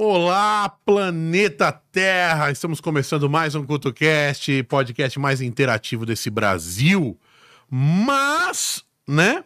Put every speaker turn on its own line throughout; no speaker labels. Olá, planeta Terra! Estamos começando mais um CutoCast, podcast mais interativo desse Brasil. Mas, né?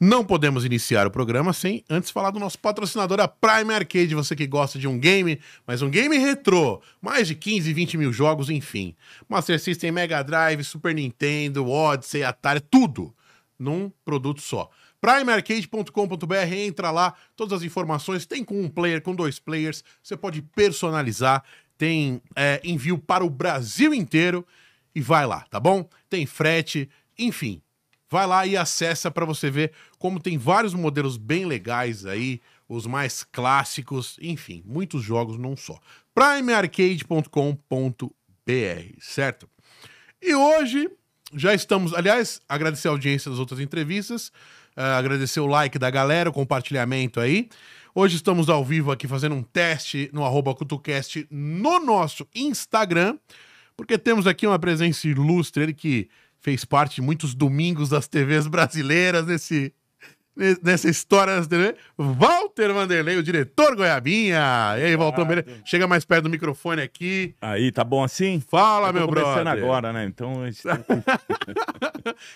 Não podemos iniciar o programa sem antes falar do nosso patrocinador, a Prime Arcade. Você que gosta de um game, mas um game retrô, mais de 15, 20 mil jogos, enfim. Master System, Mega Drive, Super Nintendo, Odyssey, Atari, tudo num produto só primearcade.com.br, entra lá, todas as informações, tem com um player, com dois players, você pode personalizar, tem é, envio para o Brasil inteiro e vai lá, tá bom? Tem frete, enfim, vai lá e acessa para você ver como tem vários modelos bem legais aí, os mais clássicos, enfim, muitos jogos não só. primearcade.com.br, certo? E hoje já estamos, aliás, agradecer a audiência das outras entrevistas, Uh, agradecer o like da galera, o compartilhamento aí. Hoje estamos ao vivo aqui fazendo um teste no arroba CutuCast no nosso Instagram, porque temos aqui uma presença ilustre, ele que fez parte de muitos domingos das TVs brasileiras nesse, ne- nessa história das TV. Walter Vanderlei, o diretor Goiabinha. E aí, Walter Vanderlei, chega mais perto do microfone aqui.
Aí, tá bom assim?
Fala,
Eu tô
meu brother.
começando agora, né? Então, a gente tem que-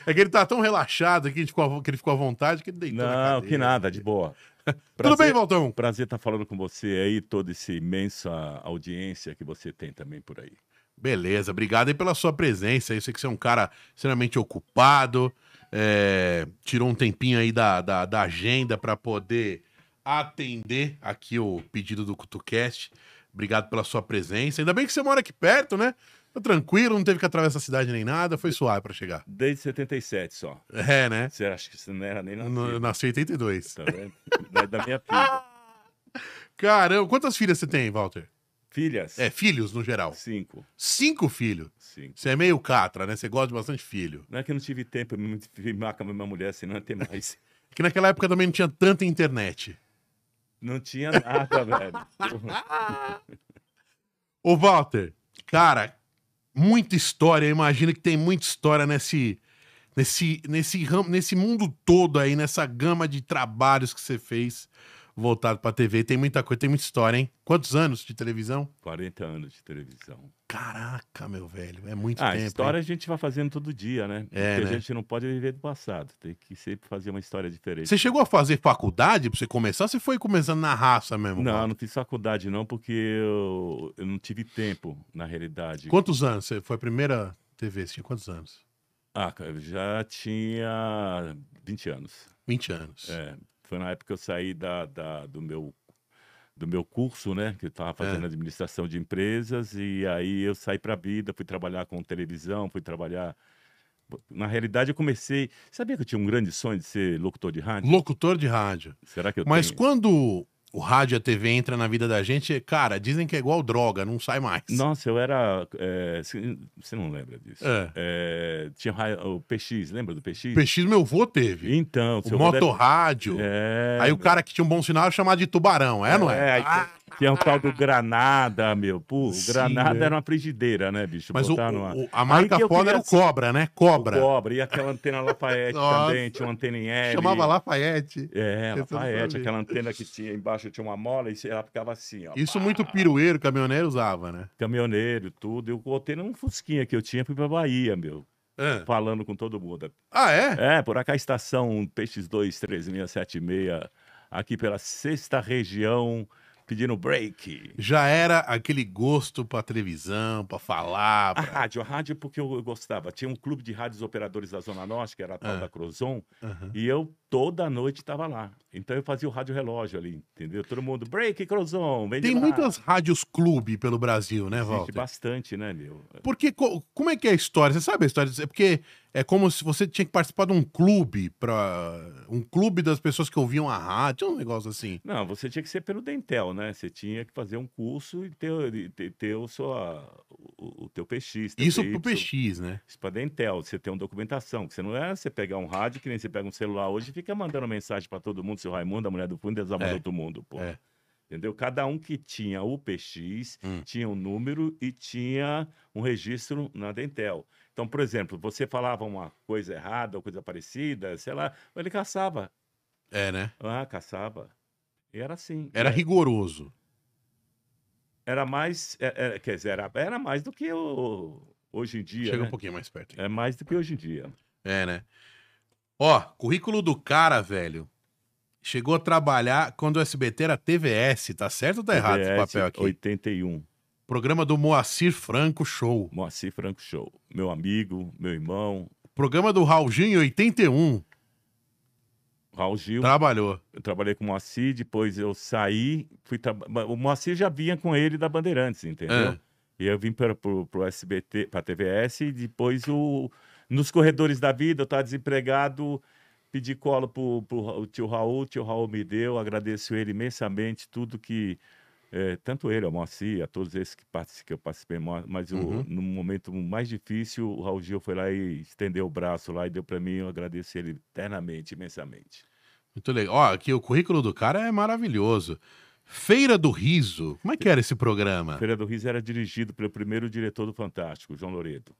É que ele tá tão relaxado aqui, ficou à vo- que ele ficou à vontade, que ele deitou na
não,
cadeira.
que nada, de boa.
Tudo bem,
Prazer-
Valtão?
Prazer estar falando com você aí, toda essa imensa audiência que você tem também por aí.
Beleza, obrigado aí pela sua presença. Eu sei que você é um cara extremamente ocupado, é, tirou um tempinho aí da, da, da agenda para poder atender aqui o pedido do CutuCast. Obrigado pela sua presença. Ainda bem que você mora aqui perto, né? Tá tranquilo, não teve que atravessar a cidade nem nada, foi suave para chegar.
Desde 77 só.
É, né?
Você acha que você não era nem
No- Eu
nascido?
nasci em 82.
Tá vendo? Da- da minha filha.
Caramba, quantas filhas você tem, Walter?
Filhas?
É, filhos no geral.
Cinco.
Cinco filhos.
Cinco.
Você é meio catra, né? Você gosta de bastante filho.
Não é que eu não tive tempo, eu me me marca minha mulher, senão ia ter mais.
É Que naquela época também não tinha tanta internet.
Não tinha nada, velho. Ah!
Ô, Walter, cara, muita história. Eu imagino que tem muita história nesse, nesse, nesse, ramo, nesse mundo todo aí, nessa gama de trabalhos que você fez voltado pra TV. Tem muita coisa, tem muita história, hein? Quantos anos de televisão?
40 anos de televisão.
Caraca, meu velho, é muito
Ah,
tempo.
história a gente vai fazendo todo dia, né?
É,
Porque
né?
a gente não pode viver do passado. Tem que sempre fazer uma história
hein?
diferente.
Você chegou a fazer faculdade pra você começar? ou Você foi começando na raça mesmo?
Não, eu
Walter?
não fiz faculdade não, porque eu, eu não tive tempo, na realidade.
Quantos anos? Você foi a primeira TV? Você tinha quantos anos?
Ah, cara, eu já tinha 20 anos.
20 anos.
É, foi na época que eu saí da, da- do, meu, do meu curso, né? Que eu
É.
estava fazendo administração de empresas. E aí eu saí para a vida, fui trabalhar com televisão, fui trabalhar... Na realidade, eu comecei... Sabia que eu tinha um grande sonho de ser locutor de rádio?
Locutor de rádio.
Será que eu
Mas
tenho?
quando o rádio e a TV entra na vida da gente, cara, dizem que é igual droga, não sai mais.
Nossa, eu era. é, c- você não lembra disso?
É.
É, tinha raio- o PX, lembra do PX?
O PX meu avô teve.
Então,
O
seu avô deve-
motorrádio.
É,
Aí o cara que tinha um bom sinal era chamado de tubarão, é, não é?
aí
Ah,
Tinha um tal do Granada, meu. Pô, o
Sim,
Granada
né?
era uma frigideira, né, bicho?
mas o,
Botar numa-
o- a marca
Aí que eu
foda
queria
era o
ser-
Cobra, né?
o
Cobra.
Cobra, E aquela antena Lafayette
Nossa.
também, tinha uma antena em L.
Chamava Lafayette. Eu
É,
não
Lafayette,
sabia.
aquela antena que tinha embaixo, tinha uma mola e ela ficava assim, ó.
Isso muito pirueiro, caminhoneiro usava, né?
Caminhoneiro, tudo. Eu botei num fusquinha que eu tinha, fui pra Bahia, meu. Falando com todo mundo.
É. Ah, é?
É, por acá a estação Peixes 2, 3676, aqui pela sexta região, pedindo break.
Já era aquele gosto pra televisão, pra falar.
A
Pra...
rádio, a rádio é porque eu eu gostava. Tinha um clube de rádios operadores da Zona Norte, que era a tal
Ah.
da Crozon,
Aham.
e eu toda noite estava lá. Então eu fazia o rádio relógio ali, entendeu? Todo mundo, break, Crozon, vem de
Tem
lá."
muitas rádios clube pelo Brasil, né,
Existe
Walter?
bastante, né, meu?
Porque co- como é que é a história? Você sabe a história? disso? É porque é como se você tinha que participar de um clube para um clube das pessoas que ouviam a rádio, um negócio assim.
Não, você tinha que ser pelo Dentel, né? Você tinha que fazer um curso e ter, e ter, ter o, sua, o, o teu PX. teu
Isso
PY.
pro PX, né?
Isso para Dentel, você tem uma documentação. Que você não é você pegar um rádio, que nem você pega um celular hoje e fica mandando mensagem para todo mundo, seu Raimundo, a mulher do fundo, Deus amor
É,
do todo mundo, pô.
é.
Entendeu? Cada um que tinha o PX,
Hum.
tinha um número e tinha um registro na Dentel. Então, por exemplo, você falava uma coisa errada ou coisa parecida, sei lá, ele caçava.
É, né?
Ah, caçava. E era assim.
Era
É.
rigoroso.
era mais, é- é, quer dizer, era, era mais do que o, hoje em dia.
Chega
né?
um pouquinho mais perto. aí.
É mais do que hoje em dia.
É, né? Ó, currículo do cara, velho. Chegou a trabalhar quando o SBT era TVS, tá certo ou tá errado esse
TVS
papel aqui?
81.
Programa do Moacir Franco Show.
Moacir Franco Show. Meu amigo, meu irmão,
Programa do Raul Gil em 81.
Raul Gil.
Trabalhou.
Eu trabalhei com o Moacir, depois eu saí. Fui tra- mas O Moacir já vinha com ele da Bandeirantes, entendeu?
É.
E eu vim para pro, pro SBT, para a TVS, e depois o... nos corredores da vida, eu estava desempregado, pedi colo pro, pro Ra- o tio Raul, o tio Raul me deu, agradeço ele imensamente, tudo que. eh, tanto ele, o Moacir, a todos esses que, partici- que eu participei, mo- mas o-
Uhum.
no momento mais difícil, o Raul Gil foi lá e estendeu o braço lá e deu para mim, eu agradeço ele eternamente, imensamente.
Muito legal. Ó, aqui o currículo do cara é maravilhoso. Feira do Riso. Como é que era esse programa?
Feira do Riso era dirigido pelo primeiro diretor do Fantástico, João Loreto.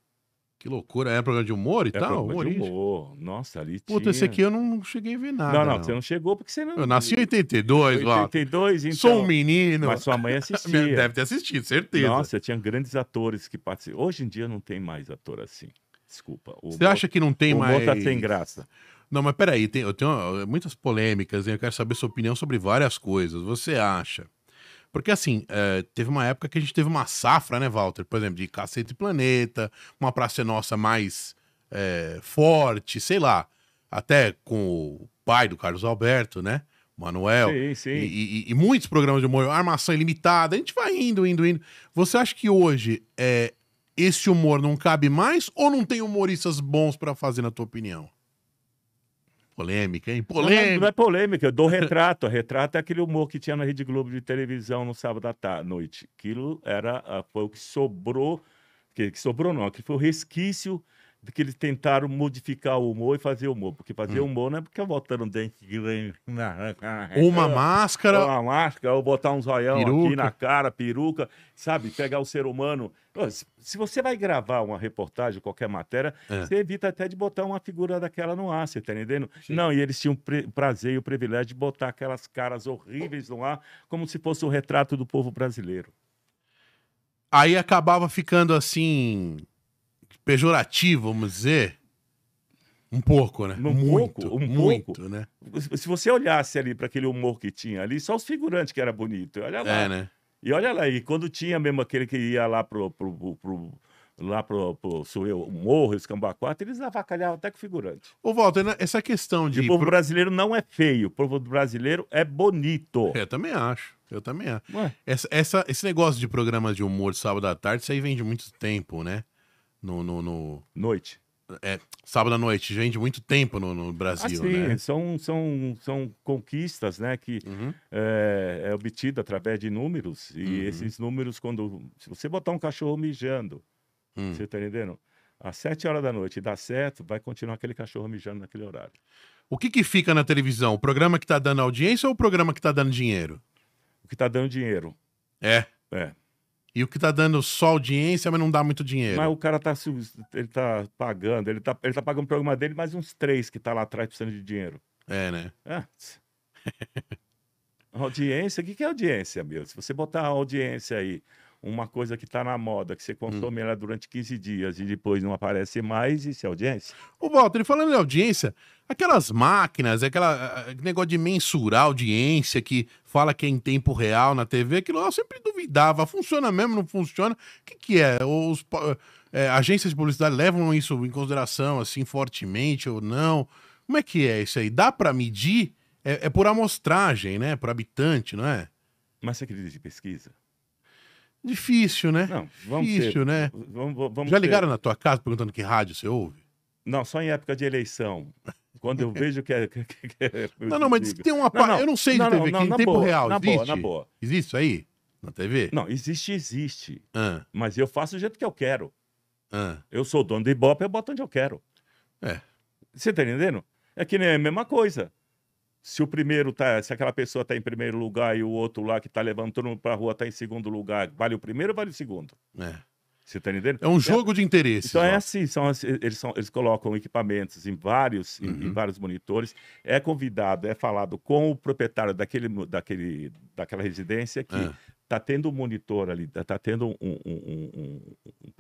Que loucura. Era programa de humor e
É
tal?
programa de
Humorismo?
humor. Nossa, ali
Então, Puta,
tinha...
esse aqui eu não cheguei a ver nada.
Não, não, você não chegou porque você não...
Eu nasci em 82, ó.
82, então...
Sou um menino.
Mas sua mãe
Minha-
assistia.
Deve ter assistido, certeza.
Nossa, tinha grandes atores que participavam. Hoje em dia não tem mais ator assim. Desculpa. O
Você acha que não tem
o humor
mais.
tá sem graça.
Não, mas peraí, tem, eu tenho ó, muitas polêmicas, hein? eu quero saber sua opinião sobre várias coisas. Você acha? Porque assim, eh, teve uma época que a gente teve uma safra, né, Walter? Por exemplo, de Cacete e Planeta, uma Praça é Nossa mais eh, forte, sei lá. Até com o pai do Carlos Alberto, né? Manuel.
Sim, sim.
E, e- e muitos programas de humor, armação ilimitada, a gente vai indo, indo, indo. Você acha que hoje é, esse humor não cabe mais ou não tem humoristas bons pra fazer, na tua opinião? Polêmica, hein?
Não, é- não
Polêmica.
é polêmica, eu dou retrato. retrato é aquele humor que tinha na Rede Globo de televisão no sábado à ta- noite. Aquilo era, ah, foi o que sobrou, que, que sobrou não, que foi o resquício de que eles tentaram modificar o humor e fazer humor. Porque fazer
Hum.
humor não é porque eu botando um dente grande na
Uma
máscara.
máscara.
Uma máscara, ou botar um zoião
Peruca.
aqui na cara, peruca, sabe? Pegar o ser humano. Pô, se- Se você vai gravar uma reportagem, qualquer matéria,
É.
você evita até de botar uma figura daquela no ar, você tá entendendo? Não, e eles tinham pre- prazer e o privilégio de botar aquelas caras horríveis no ar, como se fosse o retrato do povo brasileiro.
Aí acabava ficando assim. pejorativo, vamos dizer. Um pouco, né?
Um
muito,
pouco, um
muito, né?
Se- Se você olhasse ali para aquele humor que tinha ali, só os figurantes que era bonito. Olha lá,
É, né?
E olha lá, e quando tinha mesmo aquele que ia lá pro, pro, pro, pro- lá pro, pro sou eu, Morro, Escambá 4, eles avacalhavam até com figurante.
Ô, Walter, né, essa questão de.
E o povo brasileiro não é feio, o povo brasileiro é bonito.
Eu também acho. Eu também acho.
Ué,
Essa, essa- esse negócio de programas de humor de sábado à tarde, isso aí vende muito tempo, né? No, no, no-
noite.
sábado à noite, vende muito tempo no, no Brasil,
Assim,
né?
são, são, são conquistas né, que
Uhum.
é, é obtida através de números. E
Uhum.
esses números, quando. Se você botar um cachorro mijando,
Hum.
você tá entendendo? Às sete horas da noite e dá certo, vai continuar aquele cachorro mijando naquele horário.
O que que fica na televisão? O programa que tá dando audiência ou o programa que tá dando dinheiro?
O que tá dando dinheiro.
É.
É.
E o que tá dando só audiência, mas não dá muito dinheiro.
Mas o cara tá, su- ele tá pagando, ele tá, ele tá pagando o programa dele, mais uns três que tá lá atrás precisando de dinheiro.
É, né?
Ah, tss. audiência, o que, que é audiência, meu? Se você botar a audiência aí, uma coisa que tá na moda, que você
Hum.
consome ela durante 15 dias e depois não aparece mais, isso é audiência?
Ô, Walter, e falando de audiência, aquelas máquinas, aquela ah, negócio de mensurar audiência que fala que é em tempo real na TV, aquilo eu sempre duvidava. Funciona mesmo, não funciona? O que, que é? Os po- eh, agências de publicidade levam isso em consideração, assim, fortemente ou não? Como é que é isso aí? Dá pra medir? É, é por amostragem, né? Por habitante, não é?
Mas você acredita em pesquisa?
Difícil, né?
Não, vamos
Difícil,
ser.
né?
Vamos, vamos
Já
ser-
ligaram na tua casa perguntando que rádio você ouve?
Não, só em época de eleição. Quando eu vejo que é. que- que- que é-
Não, não, mas diz que tem uma
Não,
parte.
não.
Eu não sei de
Não, não,
TV,
não,
que em
na
tempo
boa,
real.
na boa,
existe?
na boa.
Existe isso aí? Na TV?
Não, existe, existe.
Ah,
Mas eu faço do jeito que eu quero.
ah.
Eu sou dono do Ibope, eu boto onde eu quero.
É.
Você tá entendendo? É que nem a mesma coisa. Se o primeiro tá, se aquela pessoa tá em primeiro lugar e o outro lá que tá levando todo mundo pra rua tá em segundo lugar, vale o primeiro ou vale o segundo?
É.
Você tá entendendo?
É um jogo de interesses.
Então é
ó.
assim, são as- eles, são- eles colocam equipamentos em vários, em- em,
Uhum.
vários monitores, é convidado, é falado com o proprietário daquele, mo- daquele, daquela residência que
Ah.
Está tendo um monitor ali, está tendo um- um- um- um-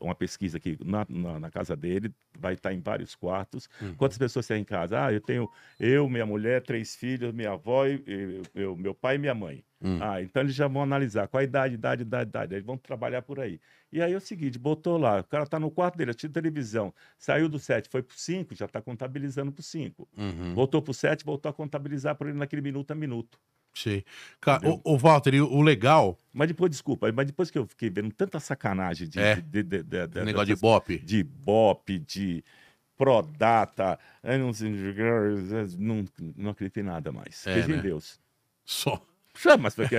uma pesquisa aqui na, na- na casa dele, vai estar em vários quartos. Quantas pessoas tem em casa? Ah, eu tenho eu, minha mulher, três filhos, minha avó, e, e- eu, meu pai e minha mãe.
Hum.
Ah, então eles já vão analisar qual a idade, idade, idade, idade. Eles vão trabalhar por aí. E aí é o seguinte, botou lá, o cara está no quarto dele, assiste televisão, saiu do 7, foi para o 5, já está contabilizando para o 5.
Uhum.
Voltou para o 7, voltou a contabilizar para ele naquele minuto a minuto.
Sei. Ca- O, o Walter, e o, o legal,
Mas depois, desculpa, mas depois que eu fiquei vendo tanta sacanagem de,
É.
de, de, de,
o
de-
negócio de
dessas-
Ibope.
de Bop, de Prodata, eu não, sei, não, não acreditei em nada mais.
É,
Fiquei em
né?
Deus.
Só.
Só, mas, porque,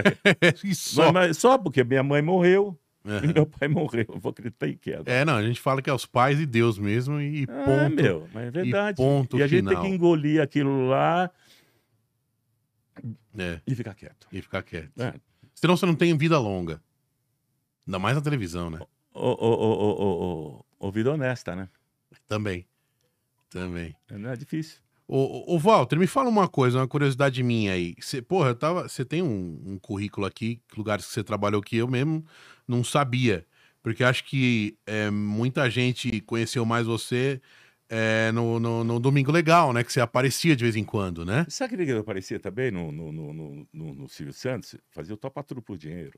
E só.
mas, mas só porque minha mãe morreu
Aham.
e meu pai morreu. Eu vou acreditar em queda.
É, não, a gente fala que é os pais e Deus mesmo e
Ah,
ponto.
meu, mas é verdade.
ponto
a gente tem
final.
que engolir aquilo lá
É,
e ficar quieto.
e ficar quieto.
É.
Senão você não tem vida longa. Ainda mais na televisão, né?
Ô, ô, ô, ô, ô, ô, ô, vida honesta, né?
Também. Também.
Não é difícil.
Ô, ô, ô, Walter, me fala uma coisa, uma curiosidade minha aí. Você, porra, eu tava, você tem um, um currículo aqui, lugares que você trabalhou que eu mesmo não sabia. Porque acho que é, muita gente conheceu mais você é, no, no, no Domingo Legal, né? Que você aparecia de vez em quando, né?
Sabe aquele que eu aparecia também no, no, no, no, no- no Silvio Santos? Fazia o topa tudo por dinheiro.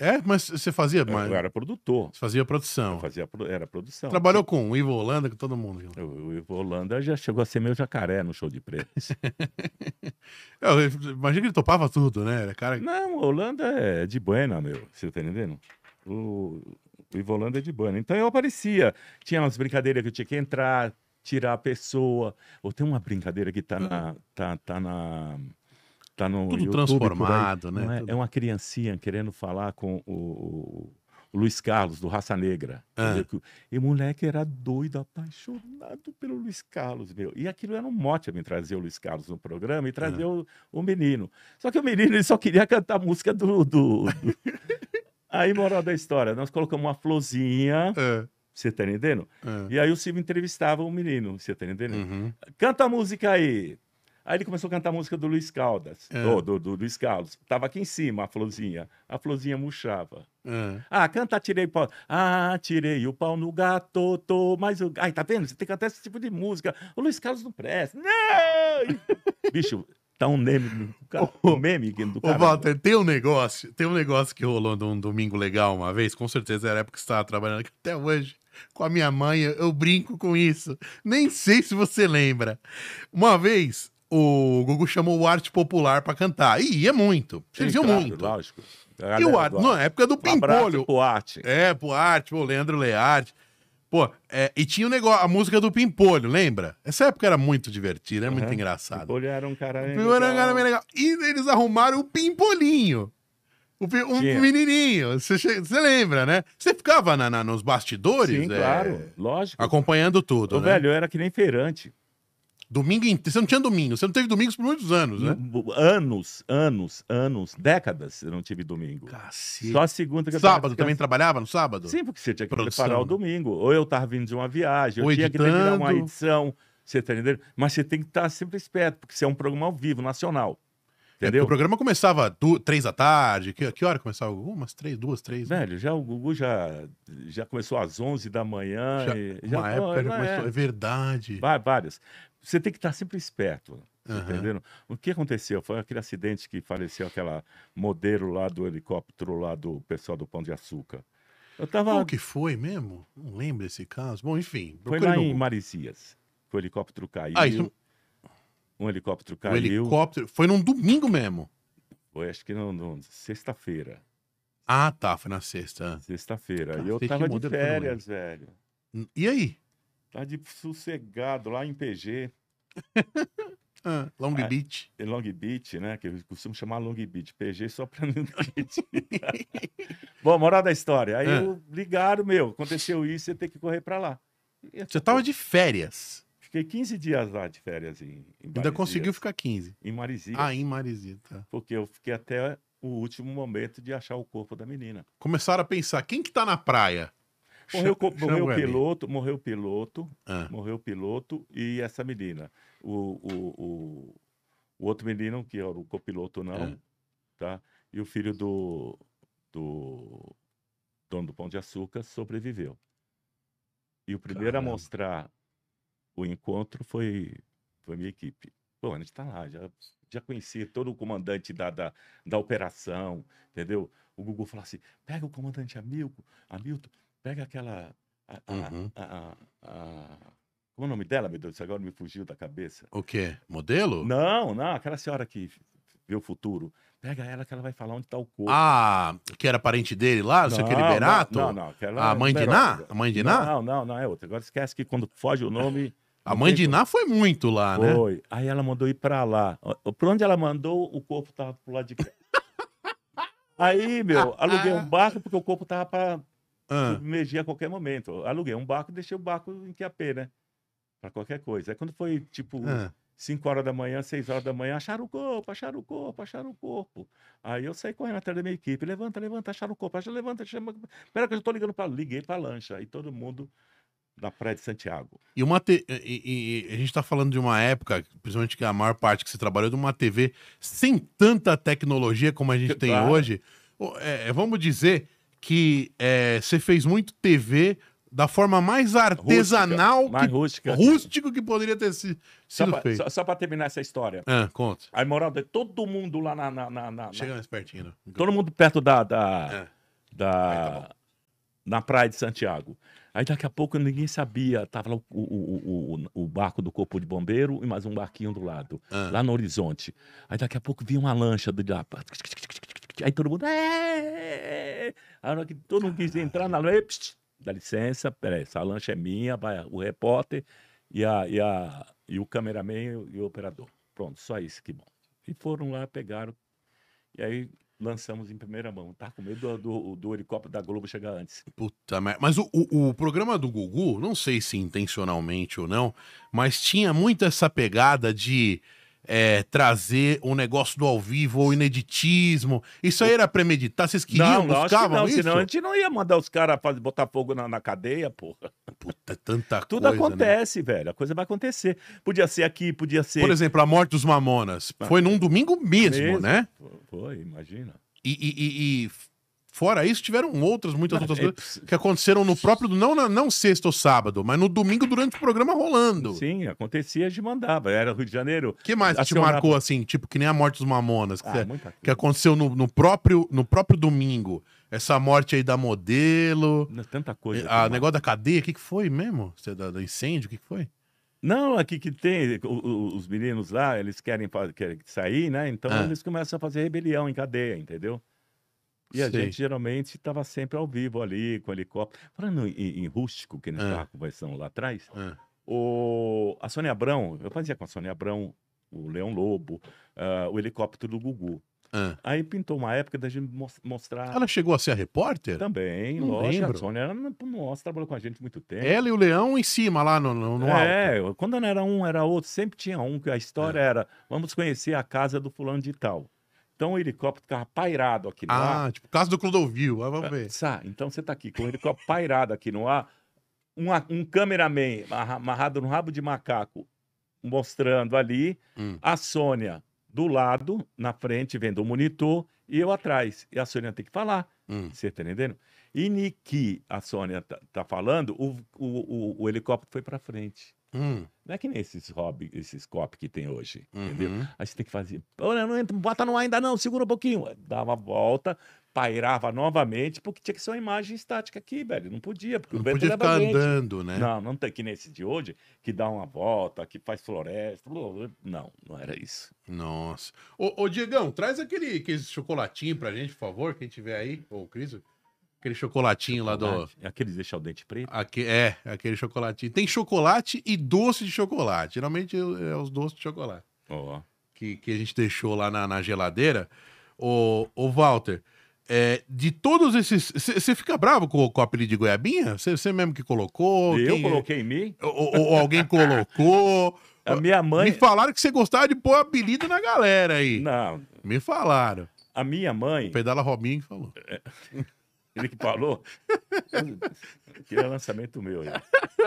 É, mas você fazia, mas,
Eu era produtor.
você fazia produção.
Eu fazia, pro- era produção.
Trabalhou com o Ivo Holanda, com todo mundo.
Eu- O Ivo Holanda já chegou a ser meu jacaré no show de prêmios.
Eu- eu- imagina que ele topava tudo, né? Era Cara,
Não, o Holanda é de buena, meu. Você tá entendendo? O, o Ivo Holanda é de buena. Então eu aparecia. Tinha umas brincadeiras que eu tinha que entrar, tirar a pessoa. Ou tem uma brincadeira que tá na... Tá, tá na... Tá no
tudo
YouTube, por aí.
transformado,
Não
né?
é, é uma criancinha querendo falar com o, o- o Luiz Carlos, do Raça Negra.
Ah.
Entendeu? Que- E o moleque era doido, apaixonado pelo Luiz Carlos, meu. E aquilo era um mote a mim trazer o Luiz Carlos no programa e trazer o, o menino. Só que o menino ele só queria cantar a música do. do, do... Aí, moral da história, nós colocamos uma florzinha,
É,
você tá entendendo?
é.
E aí o Silvio entrevistava o menino, você tá entendendo?
Uhum.
canta a música aí. Aí ele começou a cantar a música do Luiz Caldas,
É.
do, do- do Luiz Carlos. Tava aqui em cima a florzinha. A florzinha murchava.
É.
Ah, canta Tirei o Pau. Ah, tirei o pau no gato, tô mais o... Ai, tá vendo? Você tem que cantar esse tipo de música. O Luiz Carlos não presta. Não! Bicho, tá um meme. do cara- Um meme do
Ô,
cara.
Walter, tem um negócio, tem um negócio que rolou num domingo legal uma vez, com certeza era a época que você estava trabalhando aqui até hoje. Com a minha mãe, eu- eu brinco com isso. Nem sei se você lembra. Uma vez, o Gugu chamou o Arte Popular pra cantar. E ia muito. Eles iam
Claro,
muito.
Lógico.
E o Arte, na época do
Um abraço
Pimpolho,
pro Arte.
É, pro Arte, pô, Leandro Learte. Pô, é, e tinha o negócio, a música do Pimpolho, lembra? Essa época era muito divertida, era muito
Aham.
engraçado.
Pimpolho era um cara...
O Pimpolho era um cara bem legal. E eles arrumaram o Pimpolinho. O pi- um
Tinha.
menininho. Você che- você lembra, né? Você ficava na, na- nos bastidores?
Sim,
é,
claro. Lógico.
Acompanhando tudo,
Ô,
né?
velho, eu era que nem feirante.
Domingo inteiro. Você não tinha domingo. Você não teve domingos por muitos anos, né?
Bu- Anos, anos, anos, décadas eu não tive domingo.
Cacete.
Só a segunda que eu tava
Sábado também
descansando.
trabalhava no sábado?
Sim, porque você tinha que
Produção,
preparar o
né?
domingo. Ou eu tava vindo de uma viagem,
Ou
eu tinha que terminar uma
editando.
edição. Você tá entendendo? Mas você tem que estar sempre esperto, porque você é um programa ao vivo, nacional.
É,
Entendeu?
porque o programa começava du- três da tarde. Que, que hora começava? Umas três, duas, três. né?
Velho, já o Gugu já, já começou às 11 da manhã.
Já-
e-
Uma época já
não
começou. É,
é.
verdade.
Vai- Várias. Você tem que estar sempre esperto. Tá
Aham.
entendendo? O que aconteceu? Foi aquele acidente que faleceu aquela modelo lá do helicóptero lá do pessoal do Pão de Açúcar. Eu tava.
Qual que foi mesmo? Não lembro desse caso. Bom, enfim.
Foi
procure
lá
no
em
Google.
Marizias. que O helicóptero caiu.
Ah, isso-
Um helicóptero
O
caiu.
helicóptero. Foi num domingo mesmo.
Foi acho que não, não, sexta-feira.
Ah, tá. Foi na sexta.
Sexta-feira. E
Cacete,
eu
Tá, que
tava de
modelo que eu não
férias, velho.
E aí?
Tava de sossegado lá em PG,
Ah, Long
Ah.
Beach.
em Long Beach, né? Que eu costumo chamar Long Beach. PG só pra não Bom, moral da história. Aí
Ah.
eu ligaram, meu, aconteceu isso, você tem que correr pra lá. E eu
Você tava de férias.
Fiquei 15 dias lá de férias em, em
Ainda
Marizias,
conseguiu ficar 15.
Em Marizias.
Ah, em Marizia, tá.
Porque eu fiquei até o último momento de achar o corpo da menina.
Começaram a pensar, quem que tá na praia?
Morreu, o co-
Chama
morreu o
ali.
piloto, morreu o piloto,
Ah,
morreu o piloto e essa menina. O, o, o, o outro menino, que era o copiloto não,
É.
tá? E o filho do, do dono do Pão de Açúcar sobreviveu. E o primeiro
Caramba.
a mostrar o encontro foi, foi minha equipe. Bom, a gente está lá, já, já conhecia todo o comandante da, da, da operação, entendeu? O Gugu falou assim: pega o comandante Hamilton, Hamilton pega aquela. a- a-
Uhum.
a- a- a- como é o nome dela, meu Deus? Agora me fugiu da cabeça.
O quê? Modelo?
Não, não, aquela senhora que vê o futuro. Pega ela que ela vai falar onde está o corpo.
Ah, que era parente dele lá, não sei o que, Liberato?
Não, não, aquela
A mãe de Ná? A mãe de Ná?
Não, não, não é outra. Agora esquece que quando foge o nome.
A mãe de Ná foi muito lá, né?
Foi. Aí ela mandou ir pra lá. Ó, Pra onde ela mandou, o corpo tava pro lado de cá. Aí, meu, aluguei um barco porque o corpo tava pra
Ah,
submergir a qualquer momento. Aluguei um barco e deixei o barco em QAP, né? Pra qualquer coisa. Aí quando foi, tipo,
ah.
5 horas da manhã, 6 horas da manhã, acharam o corpo, acharam o corpo, acharam o corpo. Aí eu saí correndo atrás da minha equipe, levanta, levanta, acharam o corpo, acharam, levanta, chama. Espera que eu já tô ligando para liguei para lancha, e todo mundo na praia de Santiago.
E, uma te- e- e- e a gente tá falando de uma época, principalmente que a maior parte que você trabalhou, de uma TV sem tanta tecnologia como a gente tem
Claro.
hoje. O- é, é, vamos dizer que é, você fez muito TV da forma mais artesanal, que-
Mais rústica.
rústico que poderia ter si-
Só
sido
pra-
feito.
Só, só para terminar essa história.
Ah, conta.
Aí, moral, de- todo mundo lá na. na, na, na-
Chega mais pertinho.
na- Então, todo mundo perto da. da,
É.
da-
Aí tá
na praia de Santiago. Aí daqui a pouco ninguém sabia. Tava lá o, o, o, o, o barco do corpo de bombeiro e mais um barquinho do lado.
Ah.
lá no horizonte. Aí daqui a pouco vinha uma lancha do lá. pá, tch, tch, tch, tch, tch, tch, Aí todo mundo. "É!" A hora que todo mundo quis entrar na lancha. "Ei, psst, Dá licença, peraí, essa lancha é minha, vai o repórter e, a, e, a, e o cameraman e o, e o operador. Pronto, só isso que bom. E foram lá, pegaram. E aí lançamos em primeira mão. Tá com medo do, do, do helicóptero da Globo chegar antes.
Puta merda. Mas o, o, o programa do Gugu, não sei se intencionalmente ou não, mas tinha muito essa pegada de é, trazer o negócio do ao vivo ou ineditismo. Isso aí era premeditar? Vocês queriam,
lógico que
buscavam
não,
isso?
senão a gente não ia mandar os caras faz- botar fogo na, na cadeia, porra.
Puta, é tanta
Tudo
coisa, né?
acontece, velho. A coisa vai acontecer. Podia ser aqui, podia ser.
Por exemplo, a morte dos Mamonas. Foi num domingo mesmo,
Ah. Mesmo.
né?
Foi, imagina.
E, e- e- e fora isso, tiveram outras, muitas
Não,
outras
é
coisas
possível.
que aconteceram no próprio... Não, na- não sexta ou sábado, mas no domingo durante o programa rolando.
Sim, acontecia, a gente mandava. Era Rio de Janeiro.
O que mais que te
Acionava.
marcou assim, tipo, que nem a morte dos Mamonas, que,
Ah,
cê-
muita coisa.
que aconteceu no, no próprio, no próprio domingo? Essa morte aí da modelo,
Não, Tanta coisa.
a
Tomás.
Ah, negócio da cadeia, o que, que foi mesmo? Cê, da, do incêndio, o que, que foi?
Não, aqui que tem o- o- os meninos lá, eles querem, fa- querem sair, né? Então
Ah.
eles começam a fazer rebelião em cadeia, entendeu? E a
Sei.
gente geralmente estava sempre ao vivo ali, com helicóptero. Falando em, em rústico, que a gente
Ah.
estava conversando lá atrás,
Ah,
o, a Sônia Abrão, eu fazia com a Sônia Abrão, o Leão Lobo, ah, o helicóptero do Gugu.
ah.
Aí pintou uma época da gente mos- mostrar
Ela chegou a ser a
Então,
repórter?
também,
Não
lógico.
lembro. É,
A Sônia era, nossa, trabalhou com a gente muito tempo.
Ela e o Leão em cima, lá no, no, no alto.
É, quando não era um, era outro, sempre tinha um, que a
É.
história era, vamos conhecer a casa do fulano de tal. Então o helicóptero ficava pairado aqui no ar.
Ah, tipo, caso do Clodovil, ah, vamos ver.
Sá, então você tá aqui com o helicóptero pairado aqui no ar, um, a- um cameraman amarra- amarrado no rabo de macaco, mostrando ali,
Hum.
a Sônia do lado, na frente, vendo o monitor, e eu atrás. E a Sônia tem que falar.
Hum.
Você tá entendendo? E Niki, a Sônia tá, tá falando, o, o, o, o helicóptero foi pra frente.
Hum,
Não é que nem esses hobby, esses cop que tem hoje, entendeu?
uhum.
Aí você tem que fazer. Olha, não entra, bota no ar ainda não, segura um pouquinho. Dava a volta, pairava novamente, porque tinha que ser uma imagem estática aqui, velho. Não podia, porque
Não
o vento
podia
leva
ficar
vento.
andando, né?
é Não, não tem que nesse de hoje, que dá uma volta, que faz floresta. blá, blá, blá. Não, não era isso.
Nossa. Ô, ô Diegão, traz aquele, aquele chocolatinho pra gente, por favor, quem tiver aí, ou o Cris, aquele chocolatinho lá do...
Chocolate, é Aqueles deixar o dente preto.
Aque- é, aquele chocolatinho. Tem chocolate e doce de chocolate. Geralmente é, é os doces de chocolate
Ó.
que, que a gente deixou lá na, na geladeira. Ô, ô Walter, é, de todos esses... Você fica bravo com, o- com o apelido de goiabinha? Você mesmo que colocou?
Eu
Quem-
coloquei em mim.
Ou, ou- ou alguém colocou?
A minha
Me
mãe.
falaram que você gostava de pôr apelido na galera aí.
Não,
Me falaram.
a minha mãe.
Pedala Robinho que falou.
Ele que falou. que é lançamento meu. aí.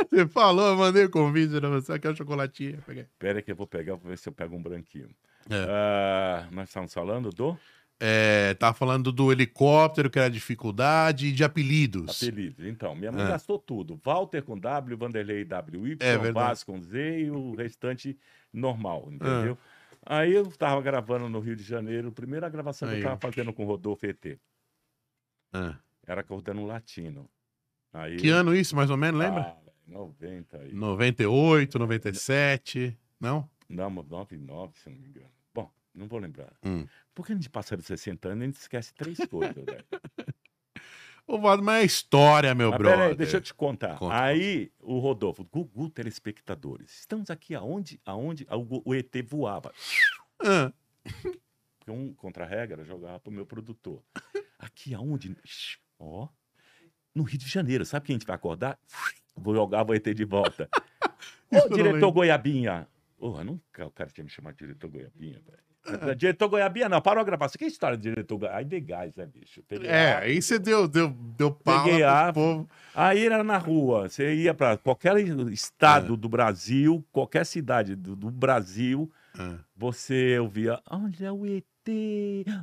Você falou, eu mandei o convite, era você quer um chocolatinho? Eu peguei.
Pera aí que eu vou pegar, vou ver se eu pego um branquinho.
É.
Ah, nós estamos falando do
É, tava falando do helicóptero, que era dificuldade, e de apelidos.
Apelidos. Então, minha mãe gastou tudo. Walter com W, Vanderlei WY,
É verdade. É.
Vaz com Z e o restante normal, entendeu? Aí eu estava gravando no Rio de Janeiro, primeira gravação que
Aí,
eu
ó.
estava fazendo com o Rodolfo ET.
Ah.
Era cordando um latino. Aí,
Que ano isso, mais ou menos, lembra?
Ah, 90 aí.
98, 97, não?
Não, mas 99, se não me engano. Bom, não vou lembrar.
Hum.
Porque a gente passa dos 60 anos e a gente esquece três coisas, né? velho.
Ô, Valdo, mas é história, meu
Mas
brother.
Ah, peraí, deixa eu te contar.
Conta,
aí o Rodolfo, Gugu telespectadores, estamos aqui aonde, aonde o, Gu- o ET voava.
Ah,
Porque um contra-regra jogava pro meu produtor. Aqui aonde, Shhh, ó, no Rio de Janeiro, sabe quem a gente vai acordar? Vou jogar o ET de volta.
Isso
Ô,
eu não
diretor
lembro.
Goiabinha. Porra, nunca o cara tinha me chamado de diretor Goiabinha,
É.
velho. Diretor Goiabinha, não, parou a gravação. Que história de diretor Goiabinha? Aí de gás, né, bicho? Peguei
É,
ar.
aí você deu, deu, deu pau
Peguei
pro
ar.
povo.
Aí era na rua, você ia para qualquer
É.
estado do Brasil, qualquer cidade do, do Brasil,
Ah.
você ouvia: olha o ET,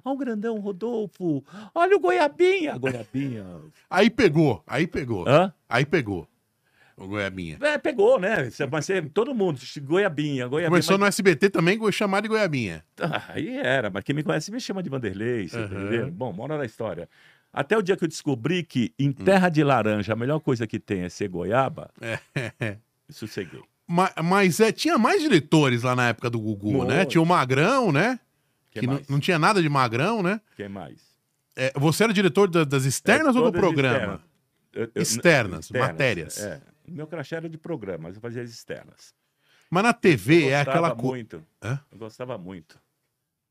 olha o grandão Rodolfo, olha o Goiabinha, Goiabinha.
Aí pegou, aí pegou,
Hã?
aí pegou. O Goiabinha.
É, pegou, né? Você- Mas você- todo mundo, Goiabinha, Goiabinha.
Começou
mas...
no SBT também, go- chamado de Goiabinha.
Ah, Aí era, mas quem me conhece me chama de Vanderlei, você
Aham.
entendeu? Bom, mora na história. Até o dia que eu descobri que
Hum.
em terra de laranja a melhor coisa que tem é ser goiaba, sosseguei.
Ma- Mas é, tinha mais diretores lá na época do Gugu,
Muito.
né? Tinha o Magrão, né?
Quem
que não,
mais?
não tinha nada de Magrão, né?
Quem mais?
É, você era diretor da- das externas ou do
É, Todas
programa?
externas. Eu- eu-
Externas, matérias.
É. O meu crachá era de programas, eu fazia as externas.
Mas na TV é
Gostava
aquela coisa.
muito.
Hã?
Eu gostava muito.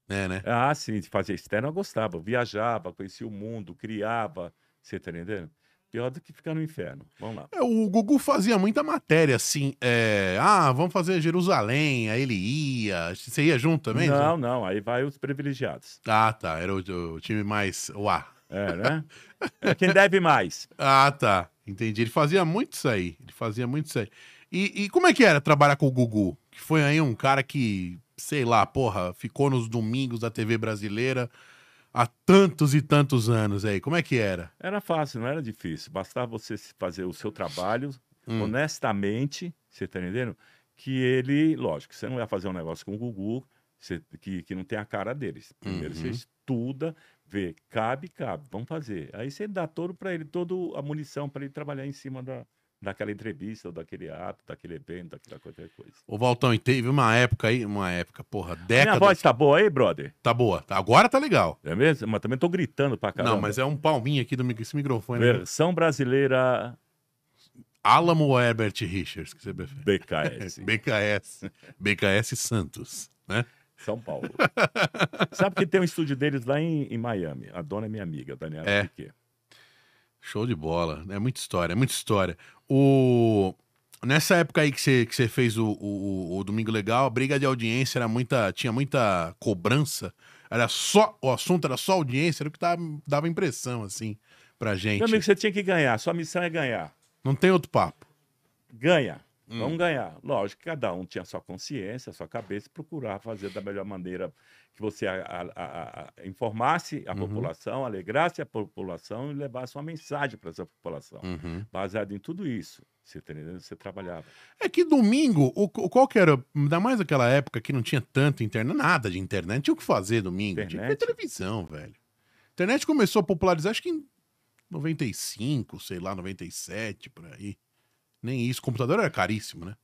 É, né?
Ah, sim, de fazer externa eu gostava. Eu viajava, conhecia o mundo, criava. Você tá entendendo? Pior do que ficar no inferno. Vamos lá.
É, O Gugu fazia muita matéria, assim. é, ah, vamos fazer Jerusalém. Aí ele ia. Você ia junto também? né?
não, não, aí vai os privilegiados.
Ah, tá. Era o, o time mais. O A.
É, né? É quem deve mais.
Ah, tá. Entendi. Ele fazia muito isso aí. Ele fazia muito isso aí. E, e como é que era trabalhar com o Gugu? Que foi aí um cara que, sei lá, porra, ficou nos domingos da TV brasileira há tantos e tantos anos aí. Como é que era?
Era fácil, não era difícil. Bastava você se fazer o seu trabalho
Hum.
honestamente, você tá entendendo? Que ele, lógico, você não ia fazer um negócio com o Gugu você- que, que não tem a cara deles. Primeiro você
Uhum.
estuda, vê, cabe, cabe, vamos fazer. Aí você dá todo para ele, toda a munição para ele trabalhar em cima da, daquela entrevista, ou daquele ato, daquele evento, daquela qualquer coisa.
Ô, Valtão, e teve uma época aí, uma época, porra, década.
Minha voz tá boa aí, brother?
Tá boa. Tá- Agora tá legal.
É mesmo? Mas também tô gritando pra caramba.
Não, mas é um palminho aqui do mic- esse microfone. né?
Versão brasileira
Alamo ou Herbert Richards, que você prefere?
BKS.
BKS. BKS Santos, né?
São Paulo. Sabe que tem um estúdio deles lá em, em Miami. A dona é minha amiga, Daniela
É.
Piquet.
Show de bola. É muita história, é muita história. O... Nessa época aí que você, que você fez o, o, o Domingo Legal, a briga de audiência era muita. tinha muita cobrança. Era só. O assunto era só audiência, era o que dava, dava impressão, assim, pra gente.
Meu amigo, você tinha que ganhar. Sua missão é ganhar.
Não tem outro papo.
Ganha.
Hum.
Vamos ganhar. Lógico que cada um tinha sua consciência, sua cabeça, e procurar fazer da melhor maneira que você a- a- a- a- informasse
Uhum.
a população, alegrasse a população e levasse uma mensagem para essa população.
Hum. Uhum.
Baseado em tudo isso, você, tá entendendo? você trabalhava.
É que domingo, o, o- qual que era? Ainda mais naquela época que não tinha tanto internet, nada de internet. Tinha o que fazer domingo. Tinha que ver
Internet?
televisão, velho. Internet começou a popularizar, acho que em 95, sei lá, 97, por aí. Nem isso. Computador era caríssimo, né?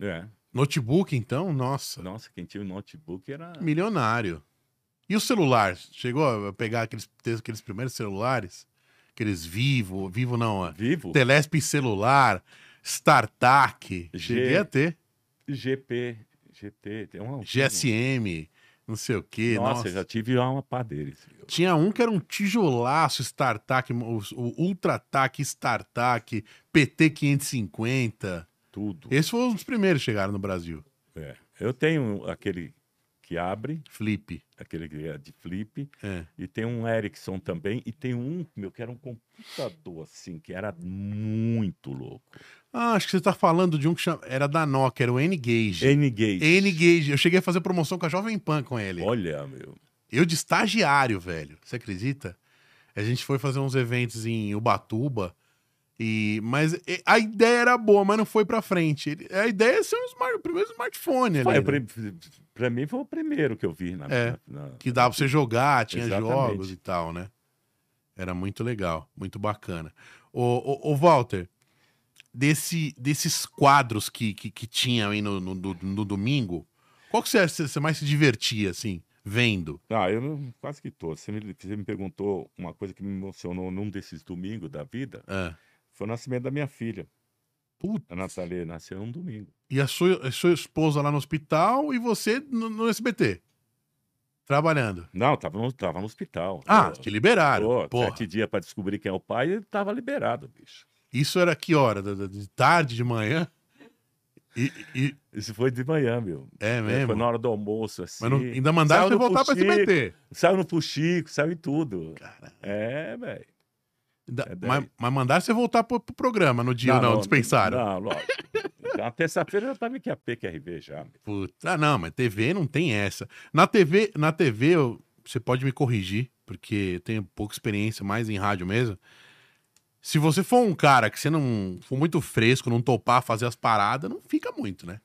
É.
Notebook, então, nossa.
Nossa, quem tinha o notebook era.
Milionário. E o celular? Chegou a pegar aqueles, ter aqueles primeiros celulares? Aqueles Vivo, Vivo não, é.
Vivo?
Telesp celular, StarTAC.
G.
Cheguei a ter.
GP, GT, tem uma.
GSM, não sei o quê.
Nossa,
Nossa,
eu já tive uma pá deles. viu?
Tinha um que era um tijolaço StarTAC, o, o UltraTAC, StarTAC, PT550.
Tudo.
Esse foi um dos primeiros que chegaram no Brasil.
É. Eu tenho aquele que abre,
Flip.
aquele que é de flip,
É.
e tem um Ericsson também, e tem um, meu, que era um computador assim, que era muito louco.
Ah, acho que você tá falando de um que chama... era da Nokia, era o N-Gage.
N-Gage.
N-Gage. Eu cheguei a fazer promoção com a Jovem Pan com ele.
Olha, meu.
Eu de estagiário, velho. Você acredita? A gente foi fazer uns eventos em Ubatuba. E, mas e- a ideia era boa, mas não foi pra frente. Ele- A ideia é ser um smart- o primeiro smartphone ali.
Foi,
né?
o prim- pra mim foi o primeiro que eu vi na,
É.
na- na-
que dava pra você jogar, tinha
Exatamente.
jogos e tal, né? Era muito legal, muito bacana. Ô, ô, ô, Walter, desse, desses quadros que, que, que tinha aí no, no, no- no domingo, qual que você, acha que você mais se divertia, assim, vendo?
Ah, eu não- quase que tô. Você me, você me perguntou uma coisa que me emocionou num desses domingos da vida.
Ah,
Foi o nascimento da minha filha.
Putz.
A Nathalie nasceu um domingo.
E a sua, a sua esposa lá no hospital e você no, no SBT, trabalhando.
Não, tava no, tava no hospital.
Ah,
Pô,
te liberaram.
pô,
Porra,
sete dias pra descobrir quem é o pai, ele tava liberado, bicho.
isso era que hora? Da- da- De tarde, de manhã? E, e-
Isso foi de manhã, meu.
é mesmo?
Foi na hora do almoço, assim.
Mas não- ainda mandaram
Saiu
você
no
voltar pra
Fuxico.
SBT.
Saiu no Fuxico, saiu em tudo.
Caralho.
É, velho.
Da-
É daí.
mas, mas mandaram você voltar pro, pro programa no dia, não, dispensaram.
Não, lógico. Na terça-feira eu tava em QAP, é já. meu.
Puta, ah, não, mas TV não tem essa. Na TV, na TV eu- você pode me corrigir, porque eu tenho pouca experiência, mais em rádio mesmo. Se você for um cara que você não for muito fresco, não topar fazer as paradas, não fica muito, né?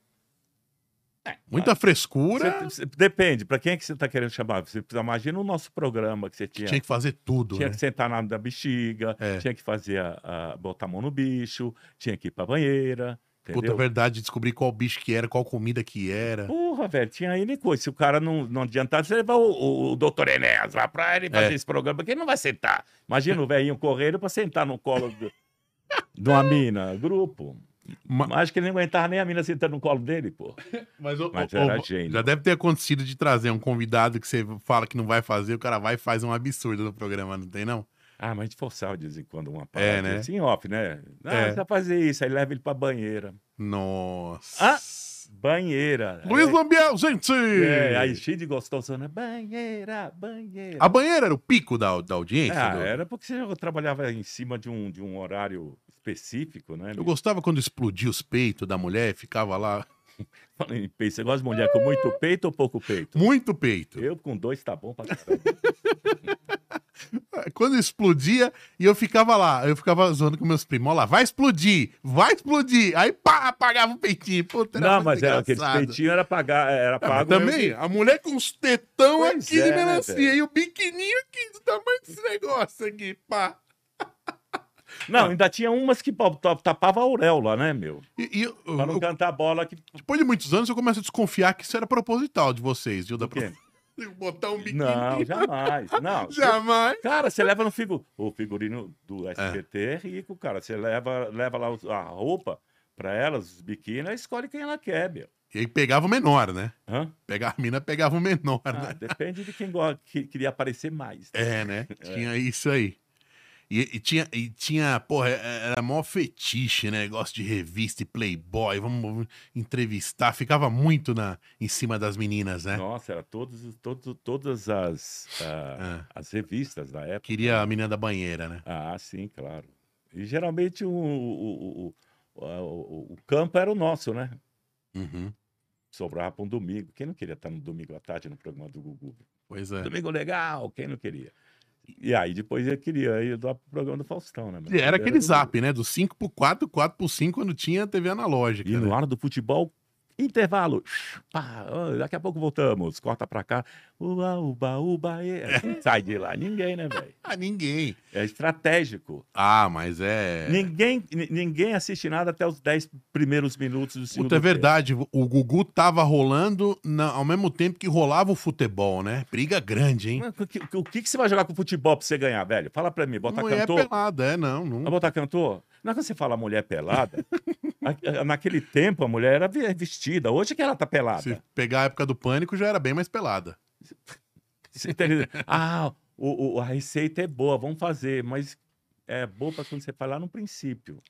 É,
Muita frescura,
Você- você- depende, pra quem é que você tá querendo chamar? Você precisa- imagina o nosso programa que você tinha.
tinha que fazer tudo,
Tinha
né?
que sentar na da bexiga,
É.
tinha que fazer a, a- botar a mão no bicho, tinha que ir pra banheira.
Puta, é
Entendeu?
verdade, descobrir qual bicho que era, qual comida que era.
Porra, velho, tinha N coisa. Se o cara não, não adiantar, você levar o, o, o doutor Enéas lá pra ele fazer
É.
esse programa, porque ele não vai sentar. Imagina o velhinho correndo pra sentar no colo do, de uma mina, grupo.
Ma-
Acho que ele não aguentava nem a mina sentando no colo dele, pô.
Mas, ô,
Mas
ô,
era
ô,
gênio.
já deve ter acontecido de trazer um convidado que você fala que não vai fazer, o cara vai e faz um absurdo no programa, não tem não?
Ah, mas a gente forçava de vez em quando uma parada.
É, né?
Assim, off, né? Ah,
É.
precisa fazer isso. Aí leva ele pra banheira.
Nossa.
Ah, Banheira.
Luiz
aí,
Lambiel, gente!
é, aí cheio de gostosona. Banheira, banheira.
A banheira era o pico da, da audiência?
Ah,
Ah, do-
era porque eu trabalhava em cima de um, de um horário específico, né?
Eu gostava quando explodia os peitos da mulher e ficava lá.
Falando em peito, você gosta de mulher com muito peito ou pouco peito?
Muito peito.
Eu com dois tá bom pra caramba.
É, Quando explodia, e eu ficava lá, eu ficava zoando com meus primos, ó lá, vai explodir, vai explodir. Aí pá, apagava o peitinho. Puta, era
Não,
muito
mas era aquele
engraçado.
peitinho era pagar, era
Ah, mas
pago.
também, a mulher com os tetão
Pois
aqui
é,
de
né,
melancia
velho?
e o biquininho aqui do tamanho desse negócio aqui, pá. é.
Não, ainda tinha umas que pa- ta- tapava a auréola, né, meu?
E, e eu-
Pra não
eu-
cantar a bola que.
depois de muitos anos, eu começo a desconfiar que isso era proposital de vocês, viu? Da
Do quê?
pro- Botar um biquininho.
Não, jamais. Não.
Jamais.
Cara, você leva no figu... o figurino do SBT é rico, cara. Você leva, leva lá os- a roupa pra ela, os biquíni, ela escolhe quem ela quer, meu.
E aí pegava o menor, né?
Hã?
Pegava a mina, pegava o menor,
Ah,
né?
depende de quem gosta, que queria aparecer mais. né?
É, né? Tinha isso aí. E, e tinha, e tinha, porra, é- era mó fetiche, né? Negócio de revista e playboy, vamos, vamos entrevistar. Ficava muito na, em cima das meninas, né?
Nossa, era todos, os- todo, todas as,
É.
ah, as revistas da época.
Queria a menina da banheira, né?
Ah, sim, claro. E geralmente o, o, o, o, a- o- o campo era o nosso, né?
Uhum.
Sobrava para um domingo. Quem não queria estar no domingo à tarde no programa do Gugu?
Pois é.
Domingo legal, quem não queria? E aí depois eu queria ir do programa do Faustão, né? meu?
E era aquele
do
zap, né? Do 5 pro 4, 4 pro 5 quando tinha TV analógica.
Gugu. E no
né?
ar do futebol, intervalo. Pá, ó, daqui a pouco voltamos. Corta pra cá. Uba, uba, uba. e- Assim Sai de lá. Ninguém, né, velho?
Ah, ninguém.
É estratégico.
Ah, mas é.
Ninguém, ni- ninguém assiste nada até os 10 primeiros minutos do segundo
Puta, é verdade. O Gugu tava rolando na- ao mesmo tempo que rolava o futebol, né? Briga grande, hein?
tempo. Mas O que, o que, que você vai jogar com futebol pra você ganhar, velho? Fala pra mim, botar
Mulher
cantor?
pelada, é, não.
Vai
não.
botar cantor? Não é quando você fala mulher pelada. a- a- naquele tempo a mulher era vi- vestida. Hoje é que ela tá pelada.
Se pegar a época do pânico, já era bem mais pelada.
Você tá entendendo? ah, o- o- a receita é boa, vamos fazer, mas é boa pra quando você falar no princípio.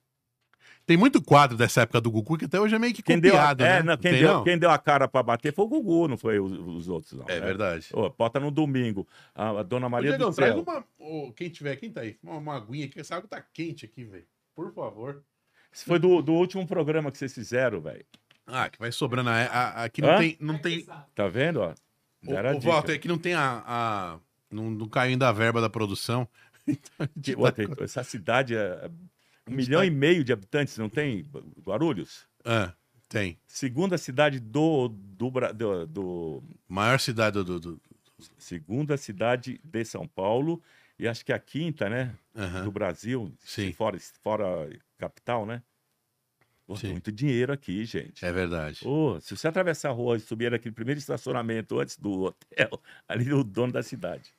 Tem muito quadro dessa época do Gugu que até hoje é meio que
Quem deu, a,
copiado,
é,
né?
não, quem,
Tem,
deu,
não?
quem deu a cara pra bater foi o Gugu, não foi os, os outros, não.
É
né?
verdade.
Ô, bota no domingo. A, a dona
Ô,
Maria
Diegão,
do
traz
Céu.
uma... ô, quem tiver, quem tá aí? Uma, uma aguinha aqui, essa água tá quente aqui, velho. Por favor.
Isso foi do, do último programa que vocês fizeram, velho.
Ah, que vai sobrando. a- a- Aqui não
Hã?
tem, não tem,
Tá vendo? Ó?
O, o Walter, é que não tem a. a- não, não caiu ainda a verba da produção. Então a gente
Que-
tá-
outra, essa cidade é um
gente
milhão
tá-
e meio de habitantes, não tem? Guarulhos?
Ah, tem.
Segunda cidade do, do, Bra- do, do-
Maior cidade do. do, do-
Segunda cidade de São Paulo. E acho que a quinta, né?
Aham.
Do Brasil.
Sim.
se Fora, se fora capital, né? Pô,
Sim.
Muito dinheiro aqui, gente.
É verdade.
Ô, se você atravessar a rua e subir naquele primeiro estacionamento antes do hotel, ali é o dono da cidade.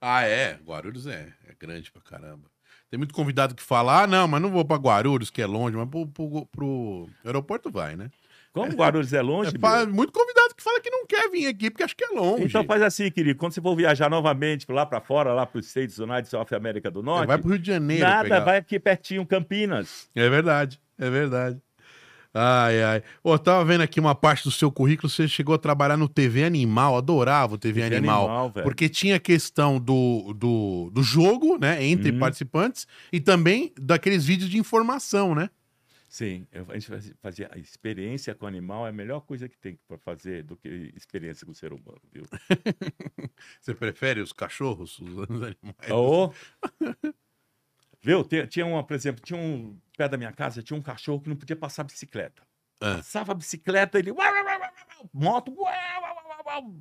Ah, é. Guarulhos é, é grande pra caramba. Tem muito convidado que fala, ah, não, mas não vou pra Guarulhos, que é longe, mas pro, pro- pro aeroporto vai, né?
Como Guarulhos é longe,
É, fa-
meu?
muito convidado que fala que não quer vir aqui porque acha que é longe.
Então faz assim, querido. Quando você for viajar novamente lá pra fora, lá para os States Unidos, South América do
Ele
Norte,
É, vai pro Rio de Janeiro.
nada,
pegar-
vai aqui pertinho, Campinas.
É verdade, é verdade. Ai, ai. Ô, eu tava vendo aqui uma parte do seu currículo, você chegou a trabalhar no TV Animal, adorava o TV, É Animal.
velho.
Porque tinha a questão do, do, do jogo, né, entre
Uhum.
participantes, e também daqueles vídeos de informação, né?
Sim, eu- a gente fazia- fazia a experiência com animal é a melhor coisa que tem para fazer do que experiência com o ser humano, viu?
Você prefere os cachorros, os animais?
Ô! viu? Te- Tinha uma, por exemplo, tinha um perto da minha casa, tinha um cachorro que não podia passar bicicleta.
Ah.
Passava a bicicleta, ele uau, uau, uau, uau, uau, moto, uau, uau, uau, uau, uau.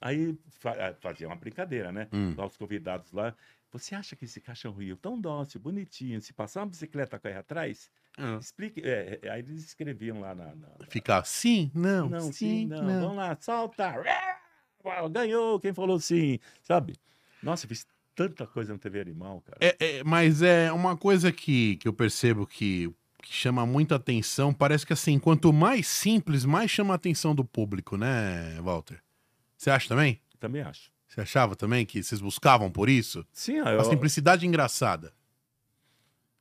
aí fa- eh, fazia uma brincadeira, né?
Hum.
Lá os convidados lá. Você acha que esse cachorrinho tão dócil, bonitinho, se passar uma bicicleta com ele atrás,
Ah.
explique. é, é, aí eles escreviam lá na- na- na
Ficar sim, não,
não,
sim,
sim, não.
não.
Vamos lá, solta. Ganhou quem falou sim, sabe? Nossa, eu fiz tanta coisa no TV Animal, cara.
É, é, mas é uma coisa que, que eu percebo que, que chama muita atenção. Parece que assim, quanto mais simples, mais chama a atenção do público, né, Walter? Você acha também?
Também acho.
Você achava também que vocês buscavam por isso?
Sim,
A
eu...
simplicidade engraçada.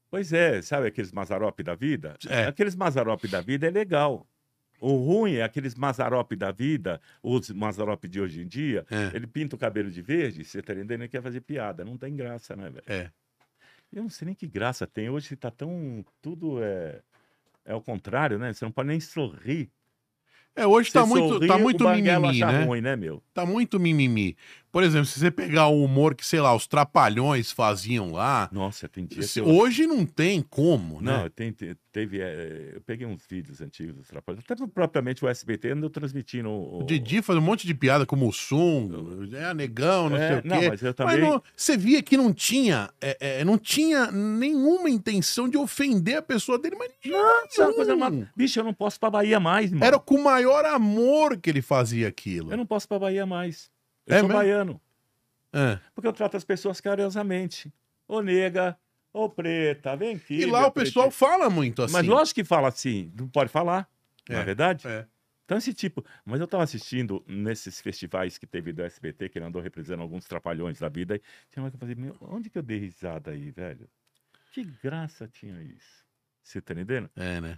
pois é, sabe aqueles Mazarop da vida?
É.
Aqueles Mazarop da vida é legal. O ruim é aqueles Mazarop da vida, os Mazarop de hoje em dia,
É.
ele pinta o cabelo de verde, você tá entendendo? Ele quer fazer piada, não tem graça, né, velho?
É.
Eu não sei nem que graça tem. Hoje tá tão. Tudo é. É o contrário, né? Você não pode nem sorrir.
É, hoje tá
Você
muito,
sorri,
tá
o
muito
Banguela
mimimi,
acha
né?
ruim, né, meu?
Tá muito mimimi. Por exemplo, se você pegar o humor que, sei lá, os trapalhões faziam lá,
Nossa, tem dia que
se-
eu-
hoje não tem como, né?
é Não, tipo tem- te- teve... eh, Eu peguei uns vídeos antigos dos Trapalhões. Até propriamente o SBT andou transmitindo... O...
O Didi fazia um monte de piada como o Sum, é, negão, não
É,
sei o quê.
não, mas eu também...
Mas não- você via que não tinha, é, é, não tinha nenhuma intenção de ofender a pessoa dele, mas de
Isso é uma coisa...
nenhum.
ma- Bicho, eu não posso pra Bahia mais, mano.
Era com o maior amor que ele fazia aquilo.
Eu não posso pra Bahia mais. Eu
É
sou
mesmo?
baiano.
É.
Porque eu trato as pessoas carinhosamente. Ô, nega. Ô, preta. Vem aqui.
E lá
meu
o pessoal
pretinho.
fala muito assim.
Mas lógico que fala assim. Não pode falar. Não
É,
é verdade?
É.
Então, esse tipo. Mas eu estava assistindo nesses festivais que teve do SBT, que ele andou representando alguns trapalhões da vida. E tinha uma hora que eu falei, meu, onde que eu dei risada aí, velho? Que graça tinha isso? Você tá entendendo?
É, né?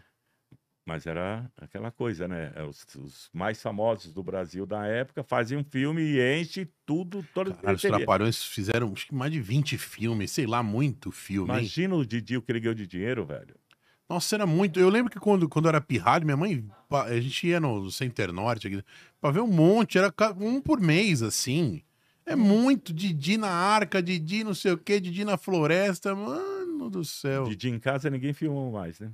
Mas era aquela coisa, né? É, Os, os mais famosos do Brasil da época fazem um filme e enche tudo, toda
Caralho, os
bilheteria.
Trapalhões fizeram acho que mais de 20 filmes, sei lá, muito filme. hein?
Imagina o Didi, o que ele ganhou de dinheiro, velho.
Nossa, era muito. Eu lembro que quando, quando eu era pirralho, minha mãe. pa- A gente ia no Center Norte aqui, pra ver um monte, era ca- um por mês, assim. É muito. Didi na arca, Didi não sei o quê, Didi na floresta. Mano do céu.
Didi em casa ninguém filmou mais, né?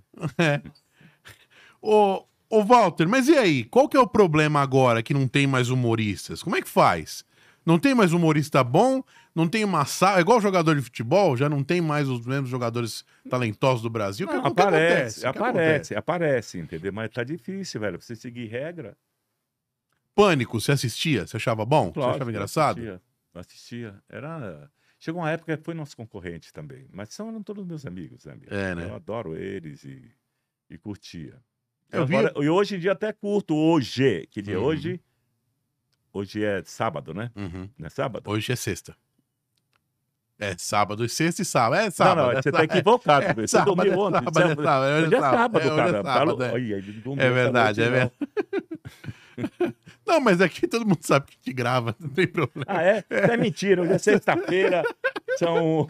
Ô, ô, Walter, mas e aí? Qual que é o problema agora que não tem mais humoristas? Como é que faz? Não tem mais humorista bom, não tem uma sala. É igual jogador de futebol, já não tem mais os mesmos jogadores talentosos do Brasil. O que-
Não,
o que
aparece,
acontece? O que acontece?
aparece, aparece, entendeu? Mas tá difícil, velho. Pra você seguir regra.
Pânico, você assistia? Você achava bom?
Claro,
você achava
eu
engraçado?
Assistia, eu assistia. Era. Chegou uma época que foi nosso concorrente também. Mas são eram todos meus amigos, né, amigo?
É, né?
Eu adoro eles e, e curtia.
Eu vi-
Agora- E hoje em dia até curto. Hoje. Que dia é
Uhum.
hoje? Hoje é sábado, né?
Uhum.
Não é sábado?
Hoje é sexta. É sábado, sexta e sábado. É sábado.
não, não,
é
você tá
sábado.
equivocado.
É
velho. você
sábado,
dormiu
é
ontem.
sábado, é
sábado.
sábado,
Hoje é
é,
sábado,
hoje é
cara.
sábado,
Falou-
é.
Olha, ele dormiu tá
É
essa
verdade, é
noite, não.
verdade. Não, mas aqui todo mundo sabe que a gente grava, não tem problema.
Ah, é? Isso é mentira. Hoje é sexta-feira. São.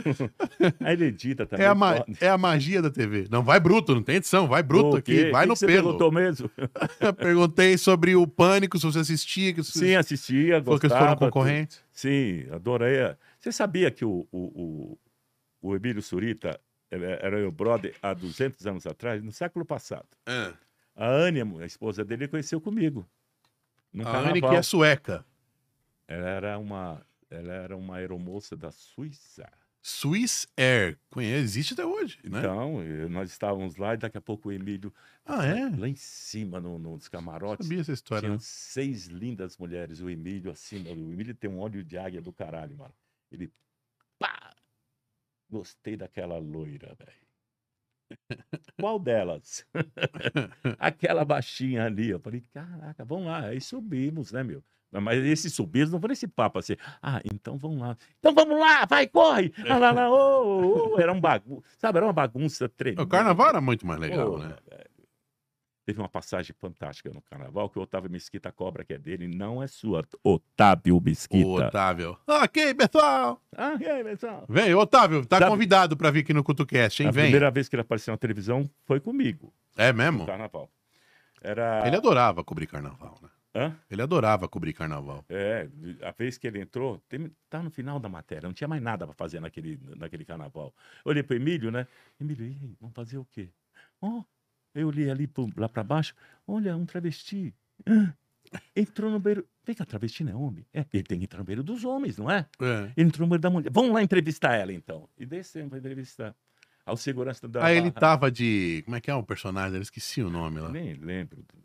Aí ele edita também.
É a, ma-
pode.
é a magia da TV. Não, vai bruto, não tem edição, vai bruto
O
aqui,
quê?
vai
O que
no
que você
pelo.
perguntou mesmo?
Perguntei sobre o pânico, se você assistia, que
Sim, assistia,
falou
gostava.
que eles foram
tudo.
concorrentes.
Sim, adorei. é. Você sabia que o, o, o, o Emílio Surita era era meu brother há 200 anos atrás, no século passado?
Ah,
A Anne, a esposa dele, conheceu comigo. Num
a Anne que
um carnaval.
é sueca.
Ela era uma, ela era uma aeromoça da Suíça.
Swiss Air. Conhece, existe até hoje, né?
Então, eh, nós estávamos lá e daqui a pouco o Emílio,
ah, é?
lá em cima, no, nos camarotes,
Sabia essa história.
tinham
né?
seis lindas mulheres. O Emílio, assim, mano, o Emílio tem um óleo de águia do caralho, mano. Ele, pá! Gostei daquela loira, velho. Qual delas? Aquela baixinha ali. Eu falei, caraca, vamos lá. Aí subimos, né, meu? Mas esse subimos não foi nesse papo assim. Ah, então vamos lá. Então vamos lá, vai, corre! Ah, lá, lá, ô, ô, ô. Era um bagunça, sabe? Era uma bagunça tremenda.
É O carnaval era muito mais legal,
Porra,
né?
velho. Teve uma passagem fantástica no carnaval que o Otávio Mesquita cobra, que é dele, não é sua. Otávio Mesquita.
O Otávio. Ok, pessoal.
Ah, e aí, pessoal?
Vem, Otávio, tá
Sabe-
convidado pra vir aqui no CutoCast, hein?
A
Vem.
primeira vez que ele apareceu na televisão foi comigo,
É
no
mesmo?
carnaval. Era.
Ele é adorava cobrir carnaval, né?
Hã?
Ele adorava cobrir carnaval.
É, a vez que ele entrou, tem, tá no final da matéria, não tinha mais nada para fazer naquele, naquele carnaval. Eu Olhei pro Emílio, né? Emílio, e aí, vamos fazer o quê? Ó, eu olhei ali pro- lá para baixo, olha, um travesti. Hã? Entrou no beiro. Vem cá, travesti não é homem? É, ele tem que entrar no beiro dos homens, não é?
É.
Ele entrou no beiro da mulher. Vamos lá entrevistar ela, então. E descemos pra entrevistar. Ao segurança da.
Aí ele
barra-
tava de. Como é que é o personagem? Eu esqueci o nome lá.
Nem lembro. do-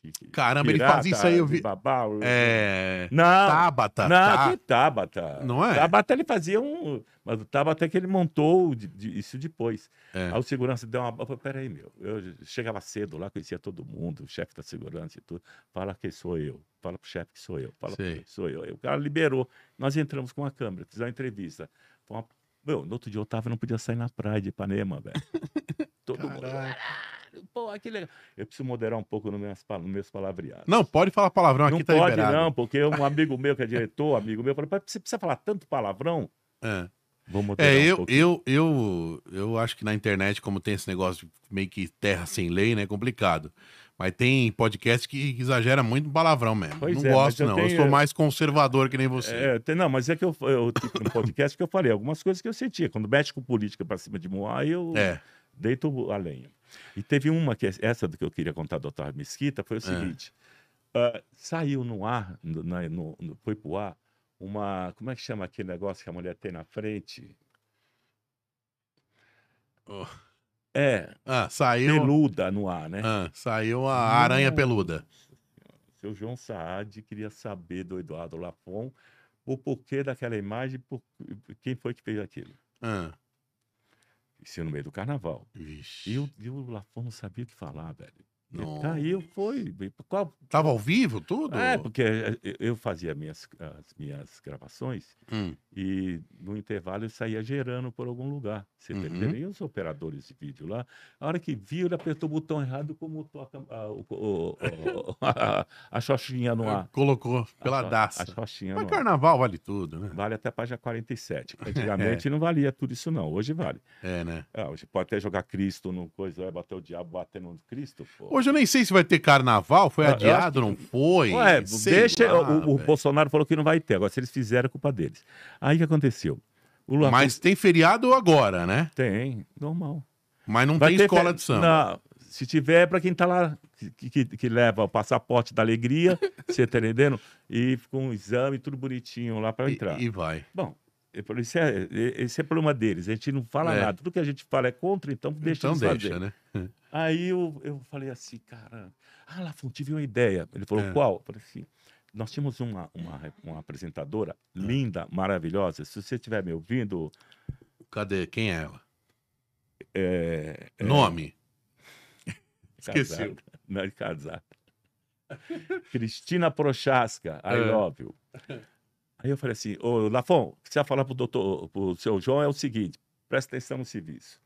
que- que-
Caramba, ele
pirata,
fazia isso aí, eu
de
vi.
Babau,
É.
Não,
Tabata.
não,
tá-
que Tabata.
Não é?
Tabata ele fazia um. Mas o Tabata é que ele montou de- de- isso depois.
É.
Aí o segurança deu uma. eu falei, Peraí, meu. Eu chegava cedo lá, conhecia todo mundo, o chefe da segurança e tudo. Fala que sou eu. Fala pro chefe que sou eu. Fala
Sei.
que sou eu. Aí o cara liberou. Nós entramos com a câmera, fizemos uma entrevista. Foi uma- Meu, no outro dia o Otávio não podia sair na praia de Ipanema, velho. todo mundo.
Caraca.
Pô, que legal. Eu preciso moderar um pouco nos meus, pal- nos meus palavreados.
Não, pode falar palavrão aqui,
não
tá
pode
liberado.
não, porque um amigo meu que é diretor, amigo meu, falou, "Pai, você precisa falar tanto palavrão?
É.
Vamos moderar
É,
um
eu,
pouco."
eu, eu, eu acho que na internet, como tem esse negócio de meio que terra sem lei, né? É complicado. Mas tem podcast que exagera muito em palavrão mesmo.
Pois
não
é, mas
gosto,
eu
não. Eu
tenho-
sou mais conservador que nem você.
É, tem- não, mas é que eu, eu tive um podcast que eu falei algumas coisas que eu sentia. Quando mexe com política pra cima de Moá, eu
É.
deito a lenha. E teve uma, que é essa do que eu queria contar do Otávio Mesquita, foi o seguinte. ah, saiu no ar, no, na- no- no- foi pro ar, uma... Como é que chama aquele negócio que a mulher tem na frente?
Oh.
É,
Ah, saiu,
peluda no ar, né?
ah, saiu a aranha
Nossa.
peluda.
Seu João Saad queria saber do Eduardo Lafon o porquê daquela imagem, por... quem foi que fez aquilo.
Ah,
Isso no meio do carnaval.
vixe.
E o, e o Lafon não sabia o que falar, velho. Ele tá
Não.
caiu, foi. Qual...
Tava ao vivo tudo?
É, porque eu- eu fazia minhas, as minhas gravações
Hum,
e no intervalo eu saía gerando por algum lugar. Você tá
Uhum.
entendendo? E os operadores de vídeo lá, a hora que viu, ele apertou o botão errado, como toca ah, o- o- o- a, a xoxinha
É,
no ar.
Colocou pela
A xo-
daça.
A xoxinha
Mas
no ar.
carnaval vale tudo, né?
Vale até a página 47. que Antigamente não valia tudo isso, não. Hoje vale.
É, né?
Ah, hoje pode até jogar Cristo no coisa, vai bater o diabo batendo no Cristo. Pô.
Hoje eu nem sei se vai ter carnaval, foi
Ah, eu
adiado,
acho
não foi?
Ué,
Sei
é, deixa.
lá,
o- o
velho.
Bolsonaro falou que não vai ter. Agora, se eles fizeram, é culpa deles. Aí o que aconteceu? O Lula
Mas tem feriado agora, né?
tem, normal.
Mas não tem
ter
escola
fe-
de samba.
Não, se tiver, é pra quem tá lá, que, que, que leva o passaporte da alegria, você tá entendendo? E com um exame, tudo bonitinho lá pra
E-
entrar.
E, vai.
Bom, eu falei, isso é, e- esse é problema deles, a gente não fala
É.
nada. Tudo que a gente fala é contra, então deixa
então
eles
deixa,
fazer.
né?
Aí eu, eu falei assim, cara, ah, Lafon, tive uma ideia. Ele falou,
É.
qual? Eu falei assim, nós tínhamos uma, uma, uma apresentadora
É.
linda, maravilhosa. Se você estiver me ouvindo,
Cadê? Quem é ela?
é, é,
Nome?
casada.
Esqueceu.
Não, é casada. Cristina Prochaska, I
É.
love you. Aí eu falei assim, ô Lafon, o que você vai falar pro doutor, pro seu João é o seguinte, presta atenção no serviço.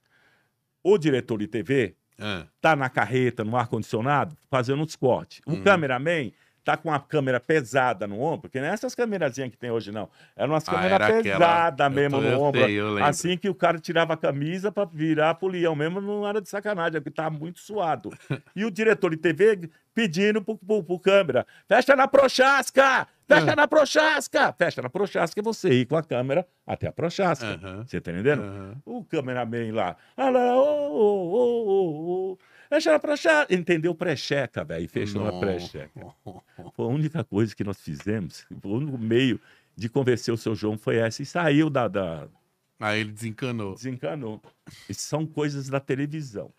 O diretor de TV
Ah,
tá na carreta, no ar-condicionado, fazendo uns cortes. O
Uhum.
cameraman tá com uma câmera pesada no ombro, que não é essas câmerazinhas que tem hoje, não. Eram umas
Ah,
câmeras
era aquela-
pesadas
eu
mesmo
tô- eu
no ombro.
sei, eu lembro.
assim que o cara tirava a camisa para virar pro leão mesmo, não era de sacanagem, é porque tava muito suado. E o diretor de TV pedindo pro, pro, pro câmera: fecha na prochasca! Fecha
Ah.
na prochasca! Fecha na prochasca e você ir com a câmera até a prochasca.
Aham.
Você tá entendendo?
Aham.
O cameraman lá, ah lá, ô, ô, ô, ô, ô, fecha na prochasca. Entendeu? Precheca, velho, e fechou na
Não.
precheca. Foi a única coisa que nós fizemos, o único meio de convencer o seu João foi essa. E saiu da. da-
Aí ele desencanou.
desencanou. E são coisas da televisão.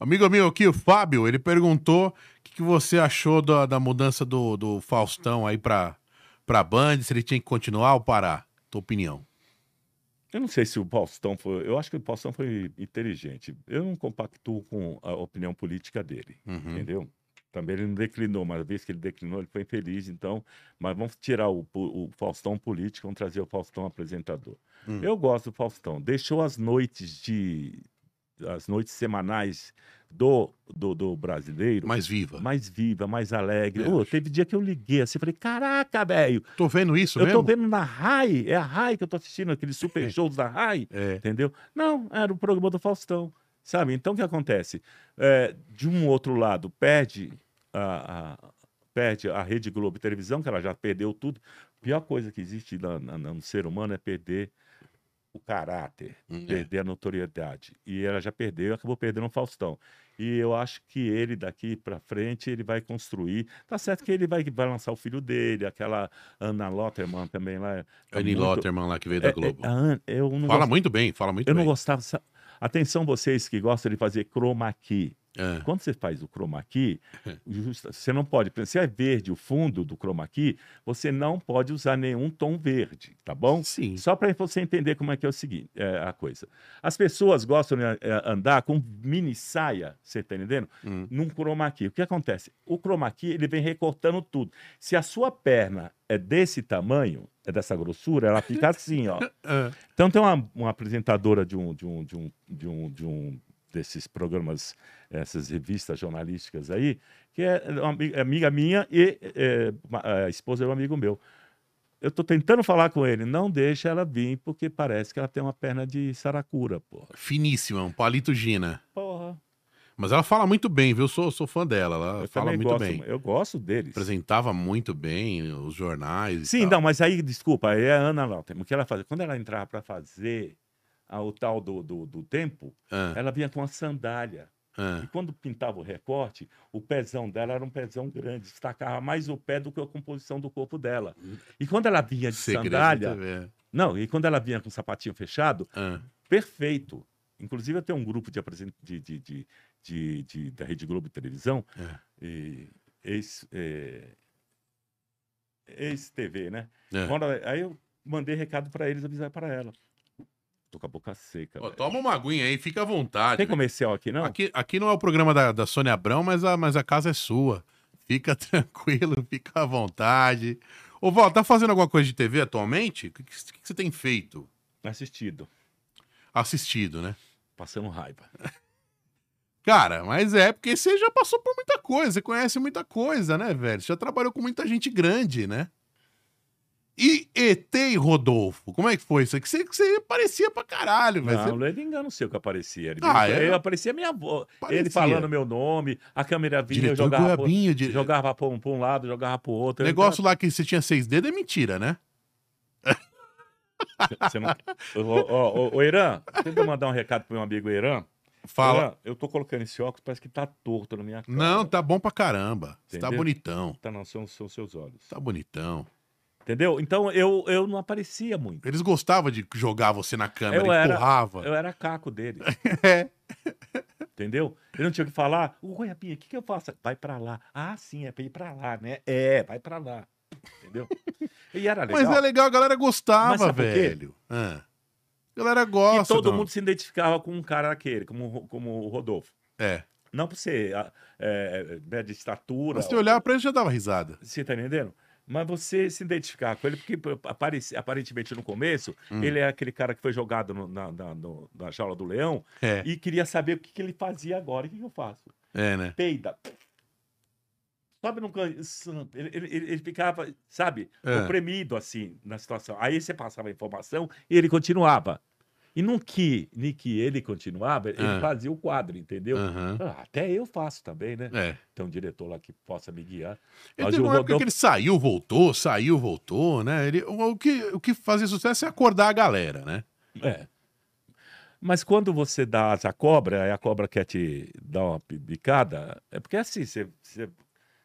Amigo meu aqui, o Fábio, ele perguntou o que, que você achou da, da mudança do, do Faustão aí pra, pra Band, se ele tinha que continuar ou parar. Tua opinião.
Eu não sei se o Faustão foi. Eu acho que o Faustão foi inteligente. Eu não compactuo com a opinião política dele,
Uhum.
entendeu? Também ele não declinou, mas a vez que ele declinou, ele foi infeliz, então. Mas vamos tirar o, po- o Faustão político, vamos trazer o Faustão apresentador.
Hum.
Eu gosto do Faustão. Deixou as noites de. as noites semanais do, do, do brasileiro
é Mais viva.
mais viva, mais alegre.
Eu
Ô,
acho.
teve dia que eu liguei assim, falei, caraca, velho,
Tô vendo isso
eu
mesmo?
tô vendo na RAI, é a RAI que eu tô assistindo, aqueles super shows da RAI,
É.
entendeu? Não, era o programa do Faustão, sabe? Então, o que acontece? É, de um outro lado, perde a, a- perde a Rede Globo e Televisão, que ela já perdeu tudo. A pior coisa que existe na- na- no ser humano é perder o caráter
É.
perder a notoriedade. E ela já perdeu, acabou perdendo o Faustão. E eu acho que ele daqui pra frente ele vai construir. Tá certo que ele vai, vai lançar o filho dele, aquela Ana Lotterman também lá. tá
Annie
muito-
Lotterman lá que veio
É,
da
é,
Globo.
a Ana- eu não,
fala
gost-
muito bem, fala muito
eu não
bem.
gostava. sa- Atenção vocês que gostam de fazer chroma key.
É.
Quando você faz o chroma key, justa- você não pode. Se é verde o fundo do chroma key, você não pode usar nenhum tom verde, tá bom?
Sim.
Só para você entender como é que é o seguinte, é, a coisa. As pessoas gostam de é, andar com mini saia, você está entendendo?
Hum.
Num chroma key. O que acontece? O chroma key, ele vem recortando tudo. Se a sua perna é desse tamanho, é dessa grossura, ela fica assim, ó.
É.
Então tem uma, uma apresentadora de um, de um, de um, de um, de um desses programas, essas revistas jornalísticas aí, que é uma ami- amiga minha e é, uma- a esposa de um amigo meu. Eu tô tentando falar com ele, não deixa ela vir, porque parece que ela tem uma perna de saracura, porra.
Finíssima, um palito Gina.
Porra.
Mas ela fala muito bem, viu? Eu sou, sou fã dela. Ela
Eu
fala
também
muito
gosto,
bem.
Eu gosto deles.
Apresentava muito bem os jornais. e
Sim,
tal.
não, mas aí, desculpa, aí é a Ana Lauter. O que ela fazia? Quando ela entrava para fazer a- o tal do, do, do tempo,
Ah,
ela vinha com uma sandália. E
ah.
quando pintava o recorte, o pezão dela era um pezão grande, destacava mais o pé do que a composição do corpo dela. E quando ela vinha É de
Hum. Segredo da
sandália,
TV.
não, e quando ela vinha com o sapatinho fechado,
Ah,
perfeito. Inclusive, eu tenho um grupo de apresent... de, de, de, de- de- da Rede Globo e Televisão,
É.
e ex, é, ex-TV, né?
É.
Quando- aí eu mandei recado para eles avisar para ela. Tô com a boca seca.
Ó,
velho.
toma uma aguinha aí, fica à vontade.
Tem
velho.
comercial aqui, não?
né? Aqui, aqui não é o programa da, da Sônia Abrão, mas a, mas a casa é sua. Fica tranquilo, fica à vontade. Ô, Val, tá fazendo alguma coisa de TV atualmente? O que, que- que você tem feito?
Assistido,
Assistido, né?
passando raiva.
Cara, mas é porque você já passou por muita coisa, você conhece muita coisa, né, velho? Você já trabalhou com muita gente grande, né? E ET e Rodolfo, como é que foi isso? Que você, que você parecia pra caralho, velho.
Não,
Você-
ele engana o seu que aparecia. Ele
é Ah,
eu...
é?
aparecia minha avó.
Parecia.
Ele falando meu nome, a câmera vinha, eu
Diretor
jogava, pro...
Goiabinho, dire...
jogava pra um, pra um lado, jogava pro outro.
negócio lá que você tinha seis dedos é mentira, né?
então, Você não... Ô, ô, ô, ô, Irã, deixa eu mandar um recado pro meu amigo Irã.
Fala.
Irã, eu tô colocando esse óculos, parece que tá torto na minha cara.
Não, tá bom pra caramba. Você tá
Entendeu?
bonitão.
Tá, não, são, são seus olhos.
Tá bonitão.
Entendeu? Então eu, eu não aparecia muito.
Eles gostavam de jogar você na câmera,
Eu era-
empurrava.
Eu era caco dele.
É.
Entendeu? Ele não tinha o que falar. Ô, Goiabinha, o que, que eu faço? Vai pra lá. Ah, sim, é pra ir pra lá, né? É, vai pra lá. Entendeu? E era legal.
Mas é legal, a galera
Mas
gostava,
sabe por quê?
velho. Ah. A galera
que
gosta.
todo
não.
mundo se identificava com um cara daquele, como, o Ro- como o Rodolfo.
É.
Não por ser ah, é, né, de estatura.
Mas se olhar pra ele já dava risada.
Você tá entendendo? Mas você se identificar com ele, porque apareci- aparentemente no começo,
Hum.
ele é aquele cara que foi jogado no- na, na, no- na jaula do leão
É, né?
e queria saber o que, que ele fazia agora. O que, que eu faço?
é, né?
Peida. sobe num canto. Ele, ele, ele- ele ficava, sabe,
É.
oprimido assim na situação. Aí você passava a informação e ele continuava. E no que, no que ele continuava, ele
É.
fazia o quadro, entendeu?
Aham.
Ah, até eu faço também, né?
É.
Tem um diretor lá que possa me guiar.
Ele
Mas
teve
o
uma época
Rodolfo-
que ele saiu, voltou, saiu, voltou, né? Ele, o, o que, o que fazia sucesso é acordar a galera, né?
É. Mas quando você dá asa à cobra, aí a cobra quer te dar uma pi- picada, é porque é assim, você, você,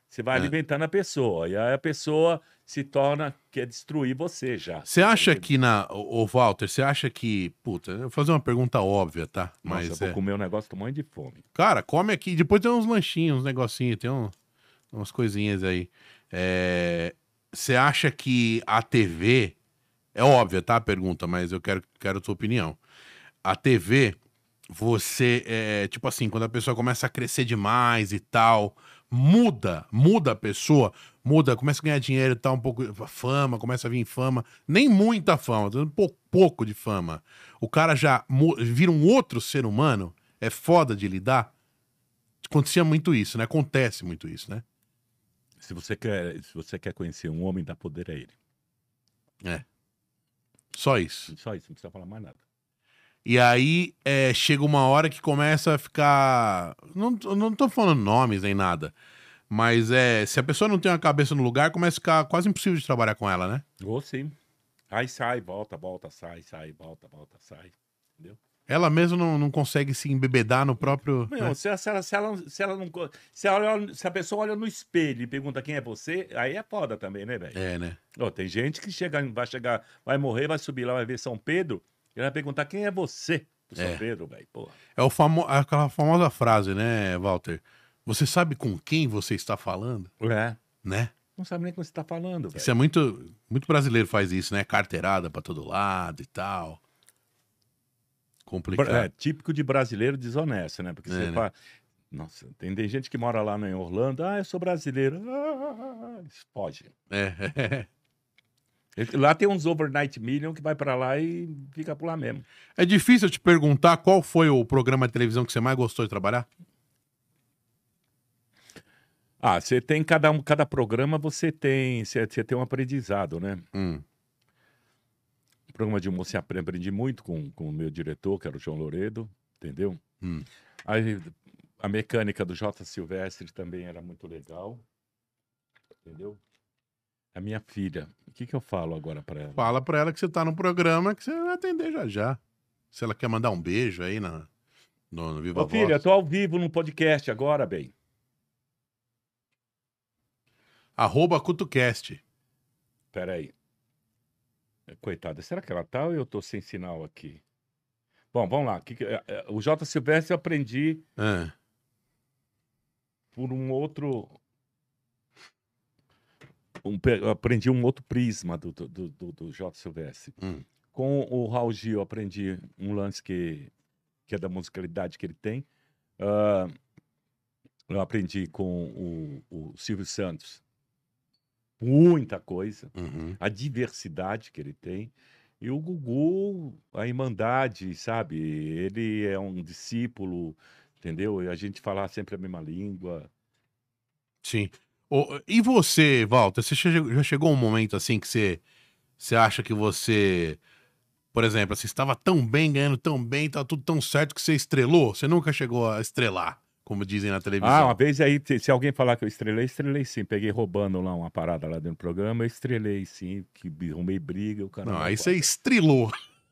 você vai
É.
alimentando a pessoa, e aí a pessoa se torna, quer destruir você já.
Você acha que na. Ô, ô, Walter, você acha que. Puta, eu vou fazer uma pergunta óbvia, tá?
Nossa, eu
Mas.
vou
é-
comer um negócio, tô morrendo de fome.
Cara, come aqui. Depois tem uns lanchinhos, uns negocinhos, tem um- umas coisinhas aí. É, Você acha que a TV. É óbvia, tá? A pergunta, mas eu quero, quero a sua opinião. A TV, você. é, tipo assim, quando a pessoa começa a crescer demais e tal, muda, muda a pessoa, muda, começa a ganhar dinheiro e tal, um pouco. Fama, começa a vir fama. Nem muita fama, tô dando pou- pouco de fama. O cara já mu- vira um outro ser humano. É foda de lidar. Acontecia muito isso, né? Acontece muito isso, né?
Se você quer, se você quer conhecer um homem, dá poder a ele.
Só isso.
Só isso, não precisa falar mais nada.
E aí é, chega uma hora que começa a ficar. Não, não tô falando nomes nem nada. Mas é. Se a pessoa não tem uma cabeça no lugar, começa a ficar quase impossível de trabalhar com ela, né?
Ou sim. Aí sai, volta, volta, sai, sai, volta, volta, sai.
Ela mesma não, não consegue se embebedar no próprio.
Meu,
né?
se, se ela, se ela não- se ela não. co- Se, ela olha- se a pessoa olha no espelho e pergunta quem é você, aí é foda também, né, velho?
É, né?
Ó, tem gente que chega, vai chegar, vai morrer, vai subir lá, vai ver São Pedro, e vai perguntar quem é você, pro São
É.
Pedro, velho. Porra.
É o famo... aquela famosa frase, né, Walter? Você sabe com quem você está falando,
É.
né?
Não sabe nem o que você tá falando, velho.
Isso é muito. Muito brasileiro faz isso, né? Carteirada pra todo lado e tal. Complicado.
Bra- É, típico de brasileiro desonesto, né? Porque
É,
você
né?
fala. Nossa, tem, tem gente que mora lá em Orlando, ah, eu sou brasileiro. Ah, foge.
É.
Ele- Lá tem uns overnight million que vai pra lá e fica por lá mesmo.
É difícil eu te perguntar qual foi o programa de televisão que você mais gostou de trabalhar?
Ah, você tem cada um, cada programa você tem, você, você tem um aprendizado, né?
Hum.
O programa de humor você apre- aprendi muito com, com o meu diretor, que era o João Loredo, entendeu?
Hum.
Aí, a mecânica do J Silvestre também era muito legal, entendeu? A minha filha, o que que eu falo agora pra ela?
Fala pra ela que você tá no programa que você vai atender já já. Se ela quer mandar um beijo aí na, no, no Viva
Ô,
Voz.
filha, eu tô ao vivo num podcast agora, bem.
Arroba CutuCast.
Peraí. É, Coitada, será que ela tá ou eu tô sem sinal aqui? Bom, vamos lá. que que- eh, eh, O J Silvestre eu aprendi
É.
por um outro. um pe- eu aprendi um outro prisma do, do, do, do, do J. Silvestre.
Hum.
Com o Raul Gil, eu aprendi um lance que, que é da musicalidade que ele tem. Ah, eu aprendi com o, o Silvio Santos muita coisa,
Uhum.
a diversidade que ele tem. E o Gugu, a Irmandade, sabe? Ele é um discípulo, entendeu? E a gente falar sempre a mesma língua.
Sim. Ô, e você, Walter, você che- já chegou um momento assim que você, você acha que você, por exemplo, assim, estava tão bem, ganhando tão bem, estava tudo tão certo que você estrelou? Você nunca chegou a estrelar, como dizem na televisão.
Ah, uma vez aí, se- se alguém falar que eu estrelei, estrelei sim. Peguei roubando lá uma parada lá dentro do programa, eu estrelei sim, que b- arrumei briga, o cara.
Não, aí você estrelou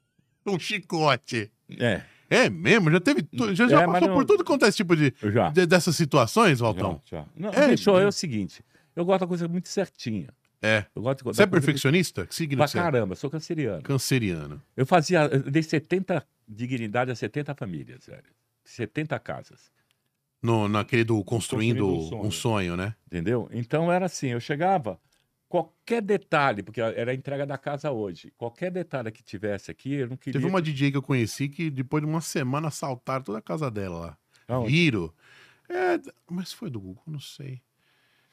um chicote.
É,
É mesmo? Já teve. tu- Já,
É,
já
mas
passou
não- Tá.
por tudo quanto é esse tipo de,
eu já.
de- dessas situações,
já,
Valtão?
já. Não,
É,
bicho,
é.
é o seguinte, eu gosto da coisa muito certinha.
É.
Eu gosto de
Você é
da coisa
perfeccionista? Que signo
Pra
que você é?
caramba, sou canceriano.
Canceriano.
Eu fazia, eu dei 70 dignidade a 70 famílias, velho. 70 casas,
No, naquele do construindo,
Construindo um
um sonho, né?
entendeu? Então era assim, eu chegava, qualquer detalhe, porque era a entrega da casa hoje, qualquer detalhe que tivesse aqui, eu não queria...
Teve uma DJ que eu conheci que depois de uma semana assaltaram toda a casa dela lá.
Não,
Viram. É, mas foi do Google, não sei.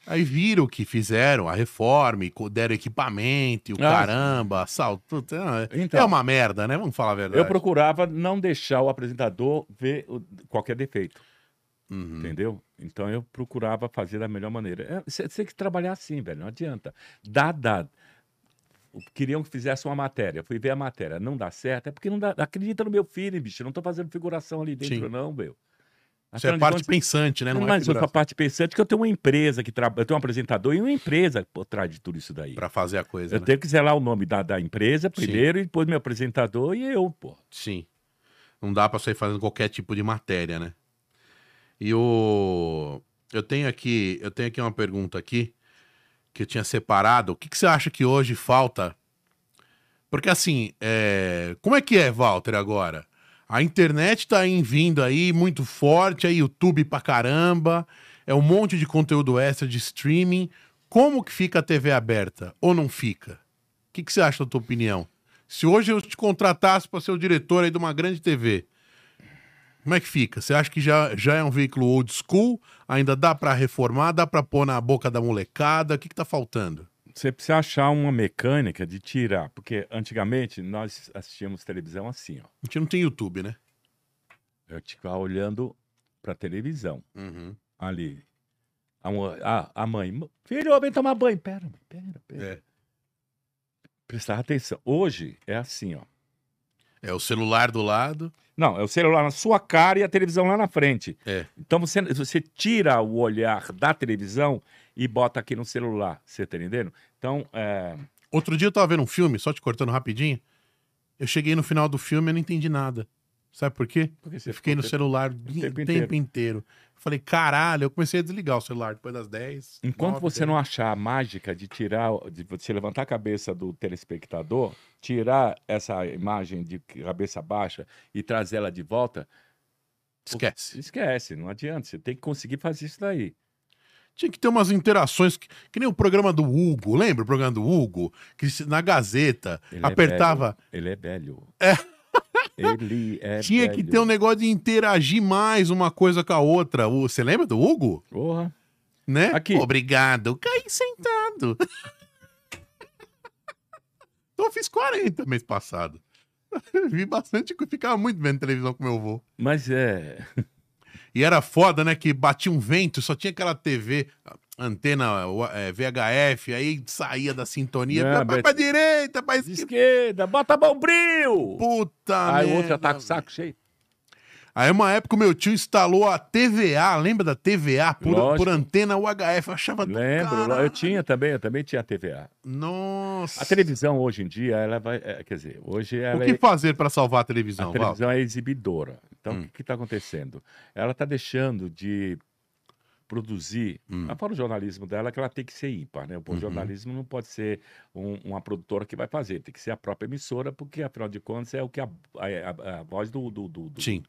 Aí viram o que fizeram, a reforma, e co- deram equipamento, e o
Ah.
caramba, assaltou. Ah, é-
Então.
é uma merda, né? Vamos falar a verdade.
Eu procurava não deixar o apresentador ver o- qualquer defeito.
Uhum. Hum.
Entendeu? Então eu procurava fazer da melhor maneira. É, Você você tem que trabalhar assim, velho. Não adianta. Dá, dá. Queriam que fizesse uma matéria. Eu fui ver a matéria. Não dá certo. É porque não dá. Acredita no meu feeling, bicho. Eu não tô fazendo figuração ali dentro,
Sim.
não, meu.
Isso é
Afinal de
parte
contas,
pensante, né? Não, é
mas eu sou
figuração.
a parte pensante que eu tenho uma empresa que trabalha. Eu tenho um apresentador e uma empresa por trás de tudo isso daí.
Pra fazer a coisa,
Eu
né?
tenho que zelar o nome da, da empresa primeiro e depois meu apresentador e eu, pô.
Sim. Não dá pra sair fazendo qualquer tipo de matéria, né? E o eu tenho aqui, eu tenho aqui uma pergunta aqui que eu tinha separado. O que, que você acha que hoje falta? Porque assim, é, como é que é, Walter, agora? A internet tá aí vindo aí muito forte, aí YouTube pra caramba, é um monte de conteúdo extra de streaming. Como que fica a TV aberta? Ou não fica? O que, que você acha da tua opinião? Se hoje eu te contratasse para ser o diretor aí de uma grande TV, como é que fica? Você acha que já, já é um veículo old school? Ainda dá para reformar? Dá para pôr na boca da molecada? O que, que tá faltando?
Você precisa achar uma mecânica de tirar, porque antigamente nós assistíamos televisão assim, ó.
A gente não tem YouTube, né?
Eu ficava olhando pra televisão Uhum. ali. A, mo- a, a mãe, "Mo- filho, vem tomar banho. Pera, mãe, pera, pera.
É.
Prestar atenção. Hoje é assim, ó.
É o celular do lado.
Não, é o celular na sua cara e a televisão lá na frente.
É.
Então você, você tira o olhar da televisão e bota aqui no celular. Você tá entendendo? Então, é,
Outro dia eu tava vendo um filme, só te cortando rapidinho. Eu cheguei no final do filme e não entendi nada. Sabe por quê?
porque você
Eu fiquei no
ficou-
celular o tempo,
tempo
inteiro. Eu Falei, caralho, eu comecei a desligar o celular depois das 10.
Enquanto
9,
você
10.
não achar a mágica de tirar, de você levantar a cabeça do telespectador, tirar essa imagem de cabeça baixa e trazer ela de volta,
Esquece.
esquece, não adianta. Você tem que conseguir fazer isso daí.
Tinha que ter umas interações, que, que nem o programa do Hugo, lembra o programa do Hugo? Que se- na Gazeta
Ele é
apertava.
Ele é velho. Ele é
tinha
velho.
que ter um negócio de interagir mais uma coisa com a outra. O- Você lembra do Hugo?
Porra.
Né?
Aqui.
Obrigado. Caí sentado. então eu fiz 40 mês passado. Vi bastante, ficava muito vendo televisão com meu avô.
Mas é.
E era foda, né? Que batia um vento, só tinha aquela TV, antena ua- é, VHF, aí saía da sintonia.
Não,
vai
mas-
pra direita, pra
De
esquerda.
esquerda, bota bombril!
Puta
Aí o
merda,
outro já tá com o
velho.
saco cheio.
Aí uma época o meu tio instalou a TVA, lembra da TVA? Por,
Lógico.
por antena UHF, eu achava do
Lembro,
caralho.
eu tinha também, eu também tinha TVA.
Nossa.
A televisão hoje em dia, ela vai. é, quer dizer, hoje ela
O
é-
que fazer pra salvar a
A
televisão, Val?
televisão é exibidora. Então,
Hum.
o que está acontecendo? Ela está deixando de produzir.
Hum.
Ela fala o jornalismo dela que ela tem que ser ímpar, né? O
Uhum.
jornalismo não pode ser um- uma produtora que vai fazer, tem que ser a própria emissora, porque, afinal de contas, é o que a, a- a- a voz do, do- do- do-
Sim,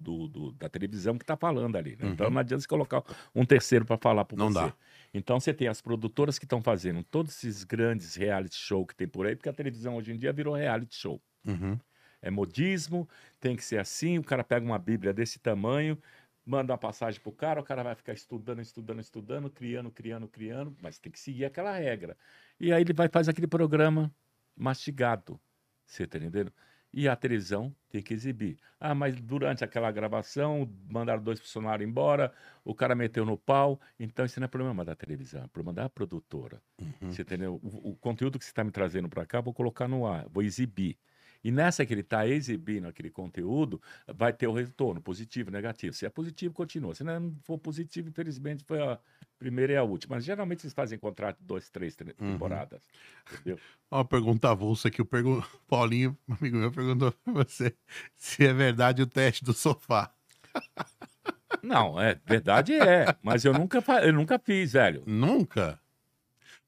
do- do- da televisão que está falando ali. né?
Uhum.
Então, não adianta você colocar um terceiro para falar por
Não
você.
dá.
Então, você tem as produtoras que estão fazendo todos esses grandes reality show que tem por aí, porque a televisão hoje em dia virou reality show.
uhum.
É modismo, tem que ser assim. O cara pega uma Bíblia desse tamanho, manda uma passagem pro cara, o cara vai ficar estudando, estudando, estudando, criando, criando, criando, mas tem que seguir aquela regra. E aí ele vai fazer aquele programa mastigado. Você tá entendendo? E a televisão tem que exibir. Ah, mas durante aquela gravação, mandaram dois funcionários embora, o cara meteu no pau. Então, isso não é problema da televisão, é problema da produtora.
Uhum.
Você entendeu? O, o conteúdo que você está me trazendo para cá, eu vou colocar no ar, vou exibir. E nessa que ele está exibindo aquele conteúdo, vai ter o retorno, positivo, negativo. Se é positivo, continua. Se não for positivo, infelizmente, foi a primeira e a última. Mas geralmente eles fazem contrato de dois, três tre-
Uhum.
temporadas.
Ó, Uma pergunta avulsa aqui. O pergun- Paulinho, um amigo meu, perguntou pra você se é verdade o teste do sofá.
Não, é verdade é. Mas eu nunca, fa- eu nunca fiz, velho.
Nunca.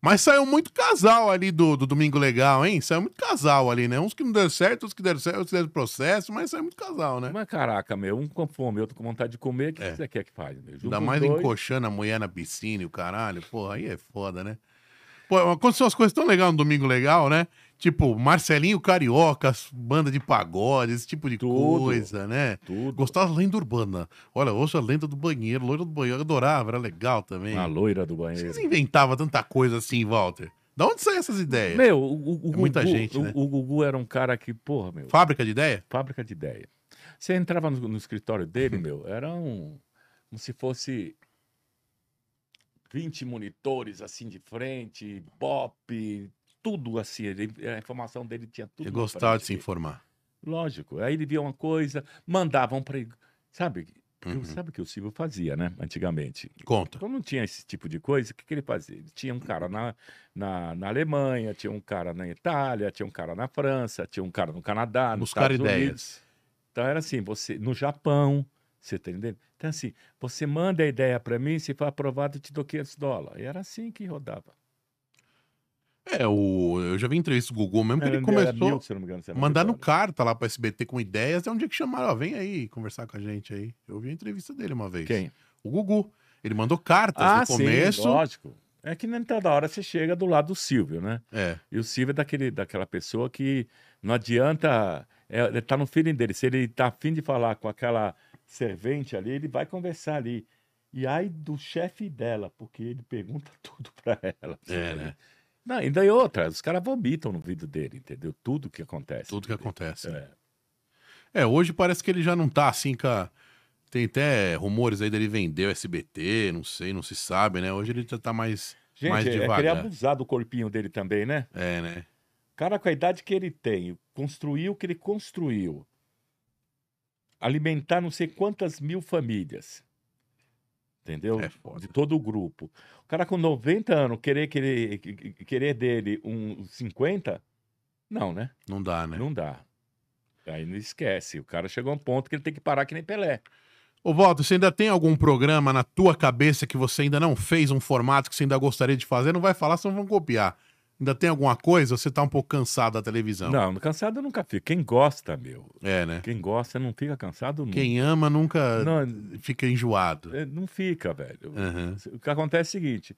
Mas saiu muito casal ali do, do Domingo Legal, hein? Saiu muito casal ali, né? Uns que não deram certo, uns que deram certo, outros que deram processo, mas saiu muito casal, né?
Mas caraca, meu, um com fome, outro com vontade de comer, o que
É.
você quer que faz? Meu? Junta
Ainda
os
mais
dois.
encoxando a mulher na piscina e o caralho. Porra, aí é foda, né? Pô, aconteceu umas coisas tão legais no Domingo Legal, né? Tipo, Marcelinho Carioca, as banda de pagode, esse tipo de
Tudo.
coisa, né?
Tudo.
Gostava da lenda urbana. Olha, hoje a lenda do banheiro, loira do banheiro, eu adorava, era legal também.
Uma loira do banheiro.
Vocês inventavam tanta coisa assim, Walter? Da onde saem essas ideias?
Meu, o, o, o
É muita
Gugu,
gente,
o-
né?
o Gugu era um cara que, porra, meu,
Fábrica de ideia?
fábrica de ideia. Você entrava no, no escritório dele, meu, era um, como se fosse 20 monitores assim de frente, pop, tudo assim. ele- a informação dele tinha tudo.
Ele
na
gostava É de
frente
se
dele.
informar.
Lógico. Aí ele via uma coisa, mandavam para ele. Sabe? eu-
Uhum.
Sabe o que o Silvio fazia, né? Antigamente.
Conta.
Então não tinha esse tipo de coisa, o que, que ele fazia? Ele tinha um cara na, na, na Alemanha, tinha um cara na Itália, tinha um cara na França, tinha um cara no Canadá, nos
Buscar
Estados Unidos.
ideias.
Então era assim, você no Japão, você tá entendendo? Então assim, você manda a ideia para mim, se for aprovado, eu te dou 500 dólares. E era assim que rodava.
É, o, eu já vi entrevista do Gugu mesmo que
É, Era-
ele
era mil,
começou
se eu não me engano, se
a
era
mandar
mil
no carta lá pra SBT com ideias. É um dia que chamaram, ó, vem aí conversar com a gente aí. Eu vi a entrevista dele uma vez.
dólares. Quem? Ah,
O Gugu. Ele mandou cartas Então, no começo.
sim, lógico. É que nem toda hora você chega do lado do Silvio, né?
É.
E o Silvio é daquele, daquela pessoa que não adianta. É, ele tá no feeling dele. Se ele tá afim de falar com aquela servente ali, ele vai conversar ali. E aí do chefe dela, porque ele pergunta tudo pra ela.
É, né?
Não, ainda e outra, os caras vomitam no vídeo dele, entendeu? Tudo que acontece.
Tudo que acontece.
É.
É, hoje parece que ele já não tá assim, cara. Tem até rumores aí dele vender o SBT, não sei, não se sabe, né? Hoje ele já tá mais, mais
Gente, é, é querer
devagar.
abusar do corpinho dele também, né?
É, né?
O cara com a idade que ele tem, construiu o que ele construiu, alimentar não sei quantas mil famílias, entendeu?
É foda.
De todo o grupo. O cara com 90 anos, querer, querer, querer dele um 50, não, né?
Não dá, né?
Não dá. Aí não esquece, o cara chegou a um ponto que ele tem que parar que nem Pelé.
Ô, Walter, você ainda tem algum programa na tua cabeça que você ainda não fez, um formato que você ainda gostaria de fazer? Não vai falar, senão vão copiar. Ainda tem alguma coisa? ou Você tá um pouco cansado da televisão?
Não, cansado eu nunca fico. Quem gosta, meu,
É, né?
quem gosta não fica cansado nunca.
Quem ama nunca
Não,
fica enjoado.
É, Não fica, velho.
Aham.
O que acontece é o seguinte: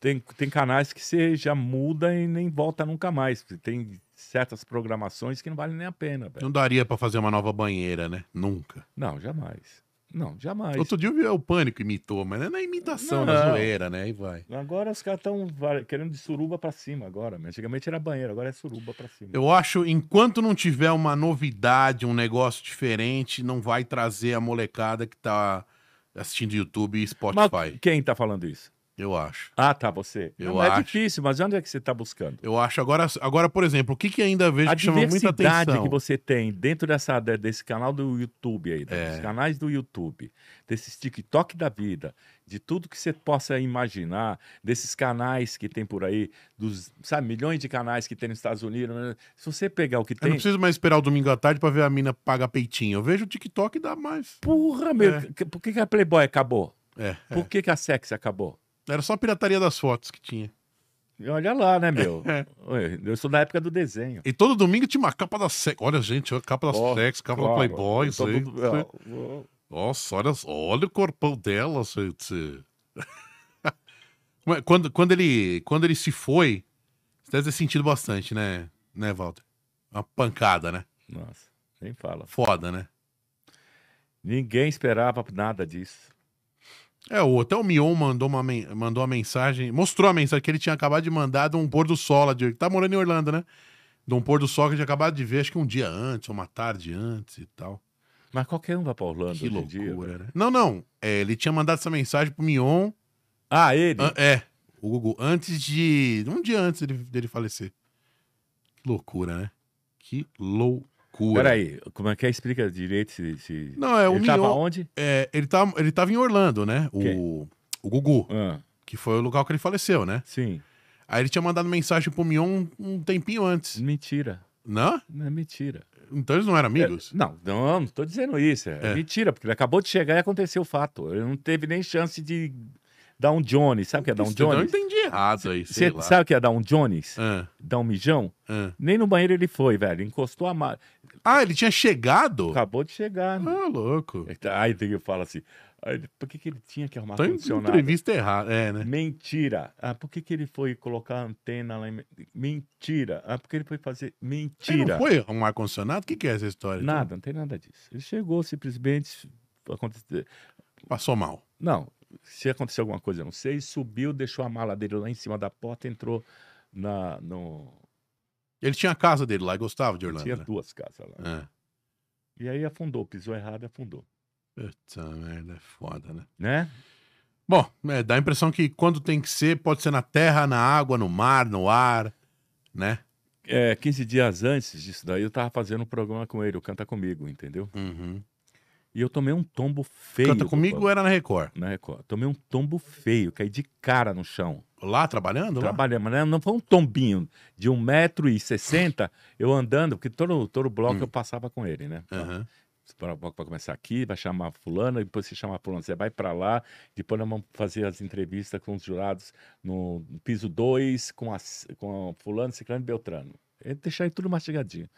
tem, tem canais que você já muda e nem volta nunca mais. porque Tem certas programações que não valem nem a pena, velho.
Não daria pra fazer uma nova banheira, né? Nunca.
Não, jamais. Não, jamais.
Outro dia eu vi o Pânico imitou, mas é na imitação, na
Não.
zoeira, né? Aí vai.
Agora os caras estão querendo de suruba pra cima agora. meu. Antigamente era banheiro, agora é suruba pra cima.
Eu acho, enquanto não tiver uma novidade, um negócio diferente, não vai trazer a molecada que tá assistindo YouTube e
Mas
Spotify.
quem tá falando isso?
Eu acho.
Ah, tá, você.
Eu
não,
acho.
É difícil, mas onde é que você tá buscando?
Eu acho. Agora, agora por exemplo, o que, que ainda vejo
a
que chama muita
diversidade
atenção?
que você tem dentro dessa, de- desse canal do YouTube aí,
É.
dos canais do YouTube, desses TikTok da vida, de tudo que você possa imaginar, desses canais que tem por aí, dos sabe, milhões de canais que tem nos Estados Unidos. né? Se você pegar o que
Eu não
tem.
preciso mais esperar o domingo à tarde pra ver a mina pagar peitinho. Eu vejo o TikTok e dá mais.
Porra, meu,
É.
que- por que, que a Playboy acabou?
É,
Por que, que a sexy acabou?
é. Era só a pirataria das fotos que tinha.
E Olha lá, né, meu?
É.
Ué, Eu sou da época do desenho.
E todo domingo tinha uma capa da Sex. Olha, gente, olha a capa da
Ó,
Sex, capa da
Claro,
Playboy, isso
todo- é,
aí.
ó, ó.
Nossa, olha, olha o corpão dela, gente. Mas quando, quando, ele, quando ele se foi, você deve ter sentido bastante, né, né, Walter? Uma pancada, né?
Nossa, nem fala.
Foda, né?
Ninguém esperava nada disso.
É, o até o Mion mandou uma, men- mandou uma mensagem, mostrou a mensagem que ele tinha acabado de mandar de um pôr do sol, lá de, ele tá morando em Orlando, né? De um pôr do sol que ele tinha acabado de ver, acho que um dia antes, ou uma tarde antes e tal.
Mas qualquer um vai pra Orlando
Que
hoje em dia.
loucura, né? Não, não, é, ele tinha mandado essa mensagem pro Mion,
Ah, ele?
An- é, o Gugu, antes de. Um dia antes dele, dele falecer. Que loucura, né? Que loucura.
Peraí, como é que é? Explica direito esse... esse-
Não, é o
ele
Mion.
tava onde?
é, ele, tava, ele tava em Orlando, né? O,
Quem?
o Gugu,
Ah,
que foi o lugar que ele faleceu, né?
sim.
Aí ele tinha mandado mensagem pro Mion um, um tempinho antes.
Mentira.
Não?
Não é mentira.
Então eles não eram amigos?
É, não, não, não tô dizendo isso. É,
É.
mentira, porque ele acabou de chegar e aconteceu o fato. Ele não teve nem chance de dar um Johnny. Sabe o que é dar um
Isso, então Eu
Johnny?
entendi errado aí, sei
Você
lá.
sabe o que é dar um Johnny?
Ah,
Dar um mijão?
ah.
Nem no banheiro ele foi, velho. Encostou a mala.
Ah, ele tinha chegado?
Acabou de chegar. né?
Ah, louco.
Aí tem que falar assim. aí ele- por que, que ele tinha que arrumar
Então em-
condicionado?
entrevista errada, é, né?
Mentira. Ah, por que, que ele foi colocar a antena lá em... Mentira. Ah, por que ele foi fazer...
Ele não
Mentira.
foi um ar-condicionado? O que, que é essa história?
Nada, não tem nada disso. Ele chegou simplesmente... aconte-
Passou mal.
Não, se aconteceu alguma coisa, eu não sei. Subiu, deixou a mala dele lá em cima da porta, entrou na... No...
Ele tinha a casa dele lá e gostava de Orlando.
Tinha
né?
duas casas lá.
É.
E aí afundou, pisou errado e afundou.
Puta merda, é foda, né?
né?
Bom, é, dá a impressão que quando tem que ser, pode ser na terra, na água, no mar, no ar, né?
É, 15 dias antes disso daí, eu tava fazendo um programa com ele, o Canta Comigo, entendeu?
Uhum.
E eu tomei um tombo feio.
Canta
do
comigo
Pan-
era na Record.
na Record. Tomei um tombo feio, caí de cara no chão.
Lá trabalhando? Lá?
Trabalhando, mas não foi um tombinho de 1,60m, eu andando, porque todo, todo bloco eu passava com ele, né?
Aham.
para começar aqui, vai chamar fulano, depois você chama fulano, você vai para lá, depois nós vamos fazer as entrevistas com os jurados no piso 2, com, as- com a fulano, ciclano e beltrano. É deixar aí tudo mastigadinho.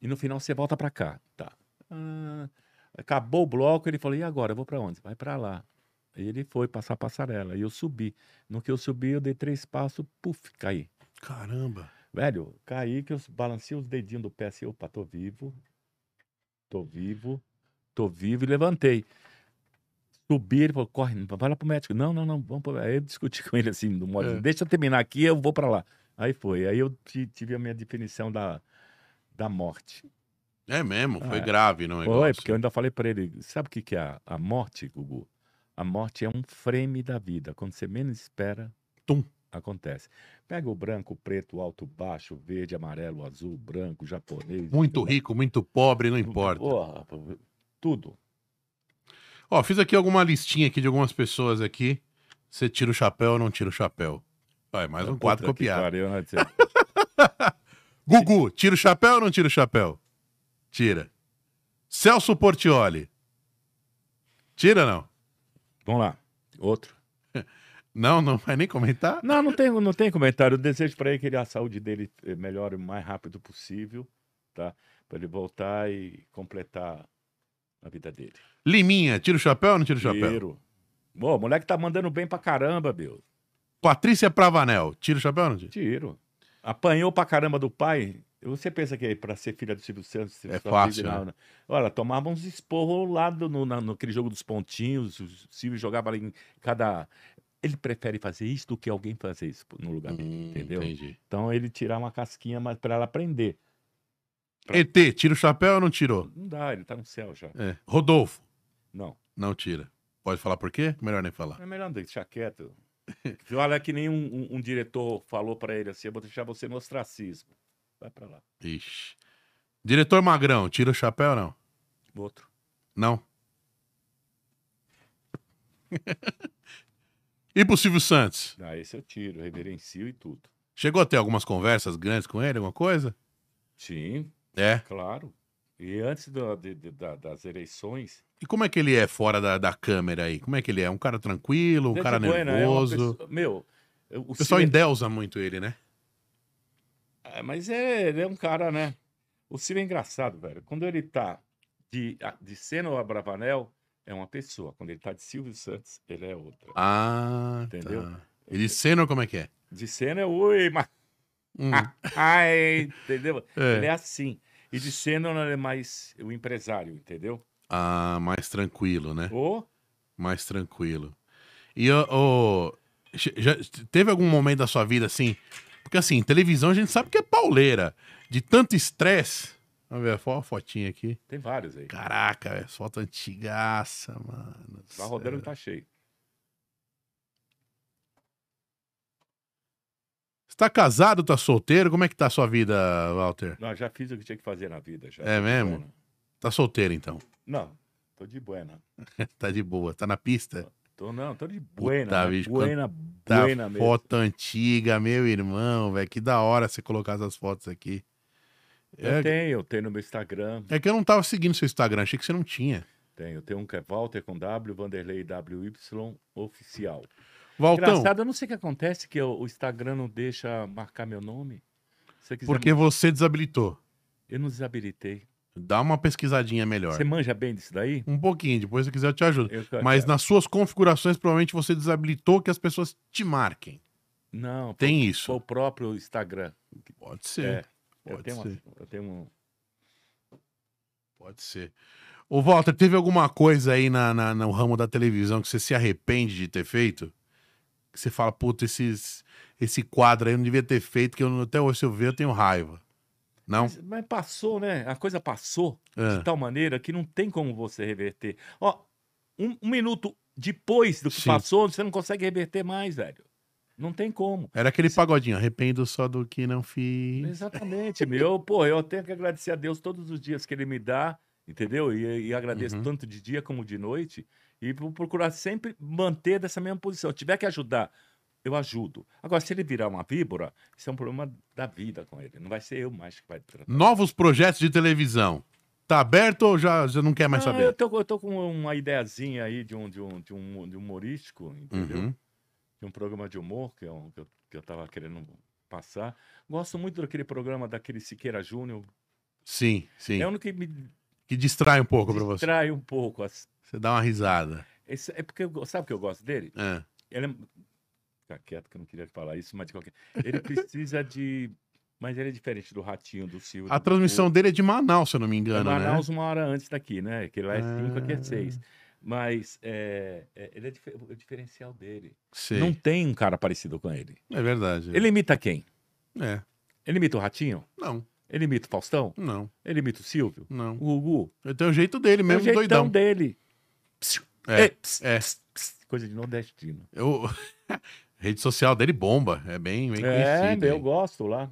E no final você volta para cá, tá. Ah, acabou o bloco, ele falou, e agora, eu vou para onde? Vai para lá. E ele foi passar a passarela, e eu subi. No que eu subi, eu dei três passos, puf, caí.
Caramba.
Velho, caí que eu balancei os dedinhos do pé assim, opa, tô vivo, tô vivo, tô vivo e levantei. Subi, ele falou, corre, vai lá pro médico. Não, não, não, vamos pro... Aí eu discuti com ele assim, do modo,
É.
deixa eu terminar aqui, eu vou pra lá. Aí foi, aí eu ti- tive a minha definição da, da morte.
É mesmo, foi
Ah, é.
grave, não é?
Foi, porque eu ainda falei pra ele, sabe o que que é a, a morte, Gugu? A morte é um frame da vida, quando você menos espera,
Tum.
acontece. Pega o branco, o preto, o alto, o baixo, o verde, azul, azul, branco, japonês.
Muito
sei
rico, muito pobre, não
lá.
importa.
Porra, pô, tudo.
Ó, fiz aqui alguma listinha aqui de algumas pessoas aqui. Você tira o chapéu ou não tira o chapéu? Vai, mais um quadro
Puta que
copiado.
pariu, né? Você-
Gugu, tira o chapéu ou não tira o chapéu? Tira. Celso Portioli. Tira não?
Vamos lá, outro.
Não, não vai nem comentar?
Não, não tem, não tem comentário. Eu desejo para ele que ele, a saúde dele eh, melhore o mais rápido possível, tá? Para ele voltar e completar a vida dele.
Liminha, tira o chapéu ou não tira o chapéu?
Dinheiro. Bom, o moleque tá mandando bem pra caramba, meu.
Patrícia Pravanel, tira o chapéu ou não tira?
Tiro. Apanhou pra caramba do pai. Você pensa que é pra ser filha do Silvio Santos... Silvio
É
Santos,
fácil,
não, não. Olha, tomava uns esporros lá do, no, na, naquele jogo dos pontinhos. O Silvio jogava ali em cada... Ele prefere fazer isso do que alguém fazer isso no lugar dele, entendeu?
Hum, Entendi.
Então ele tirar uma casquinha mas pra ela aprender.
ET, tira o chapéu ou não tirou?
Não dá, ele tá no céu já.
É. Rodolfo,
Não,
não tira. Pode falar por quê? Melhor nem falar.
é melhor não deixar quieto. Olha que nem um, um- um diretor falou pra ele assim, eu vou deixar você no ostracismo. Vai pra lá.
Ixi. Diretor Magrão, tira o chapéu ou não?
Outro.
Não. e pro Silvio Santos?
Ah, esse eu tiro, reverencio e tudo.
Chegou a ter algumas conversas grandes com ele, alguma coisa?
Sim,
É.
claro. E antes da- de- de- da- das eleições.
E como é que ele é fora da, da câmera aí? Como é que ele é? Um cara tranquilo, um
Gente
cara
buena, é uma
nervoso.
pessoa- meu, eu- o
O pessoal
Silen-
endeusa muito ele, né?
Ah, Mas é, ele é um cara, né? O Ciro é engraçado, velho. Quando ele tá de, a- de Senna a Bravanel, é uma pessoa. Quando ele tá de Silvio Santos, ele é outra.
Ah,
Entendeu?
tá. Ele sênior como é que é?
De Senna é oi, mas.
Hum,
Ai, entendeu?
é.
Ele é assim. E de Senna ele é mais o empresário, entendeu?
Ah, mais tranquilo, né?
Ou
Mais tranquilo. E ô, ô, che- já teve algum momento da sua vida assim? Porque assim, televisão a gente sabe que é pauleira. De tanto estresse. Vamos ver, ó, a fotinha aqui.
tem vários aí.
Caraca, é foto antigaça, mano. do
Tá
céu.
rodando e tá cheio.
Você tá casado, tá solteiro? Como é que tá a sua vida, Walter?
Não, já fiz o que tinha que fazer na vida. Já.
É
Tô de
mesmo?
buena.
Tá solteiro então.
Não, tô de buena.
tá de boa, tá na pista.
Tô, não, tô de buena.
Puta,
né?
bicho,
buena,
Tá
buena mesmo.
foto antiga, meu irmão, velho. Que da hora você colocar essas fotos aqui.
Eu
É-
tenho, eu tenho no meu Instagram.
É que eu não tava seguindo seu Instagram, achei que você não tinha.
Tenho, tem um que é Walter com W, Vanderlei WY oficial.
Valtão,
Engraçado, eu não sei o que acontece que o o Instagram não deixa marcar meu nome. Se você quiser,
porque você desabilitou.
eu não desabilitei.
Dá uma pesquisadinha melhor.
Você manja bem disso daí?
Um pouquinho, depois se quiser eu te ajudo.
Eu-
Mas nas suas configurações, provavelmente você desabilitou que as pessoas te marquem.
não, foi-
Tem
foi
isso.
o próprio Instagram. É.
Pode ser,
Eu
pode
tenho, uma-
ser,
eu tenho um
pode ser. Ô, Walter, teve alguma coisa aí na, na- no ramo da televisão que você se arrepende de ter feito? Que você fala, puta, esses, esse quadro aí eu não devia ter feito, que eu, não- até hoje se eu ver eu tenho raiva. Não?
Mas, mas passou, né? A coisa passou
Ah.
de tal maneira que não tem como você reverter. Ó, um, um minuto depois do que
Sim.
passou, você não consegue reverter mais, velho. Não tem como.
Era aquele pagodinho, arrependo só do que não fiz.
Exatamente, meu. Pô, eu tenho que agradecer a Deus todos os dias que Ele me dá, entendeu? E, e agradeço
Uhum.
tanto de dia como de noite. E vou procurar sempre manter dessa mesma posição. Se tiver que ajudar, eu ajudo. Agora, se ele virar uma víbora, isso é um problema da vida com ele. Não vai ser eu mais que vai tratar.
Novos projetos de televisão. Tá aberto ou já, já não quer mais
Ah, Eu
saber?
tô, eu tô com uma ideiazinha aí de um, de um, de um, de um humorístico, entendeu?
Uhum.
de um programa de humor que eu, que eu, que eu tava querendo passar. Gosto muito daquele programa daquele Siqueira Júnior.
Sim, sim.
É o único que me
Que distrai um pouco pra você.
distrai um pouco. as-
Você dá uma risada.
esse- é porque eu go- sabe o que eu gosto dele?
É.
Ele é... Fica quieto que eu não queria falar isso, mas de qualquer. Ele precisa de. Mas ele é diferente do ratinho, do Silvio.
A
do
transmissão dele é de Manaus, se eu não me
É
engano, né?
Manaus uma hora antes daqui, né? Que lá é 5, aqui
Ah.
é 6. Mas é, é, ele é dif- o diferencial dele.
né? Sei.
Não tem um cara parecido com ele.
É verdade.
Ele imita quem?
É.
Ele imita o Ratinho?
Não,
Ele imita o Faustão?
não,
Ele imita o Silvio?
não.
O Gugu?
Eu tenho o jeito dele
é o
mesmo,
jeitão
doidão.
dele. Psiu,
É,
ei, psiu,
é.
psiu, psiu. Coisa de nordestino.
Eu... Rede social dele bomba. É bem, bem
É,
conhecido.
meu, eu
hein?
gosto lá.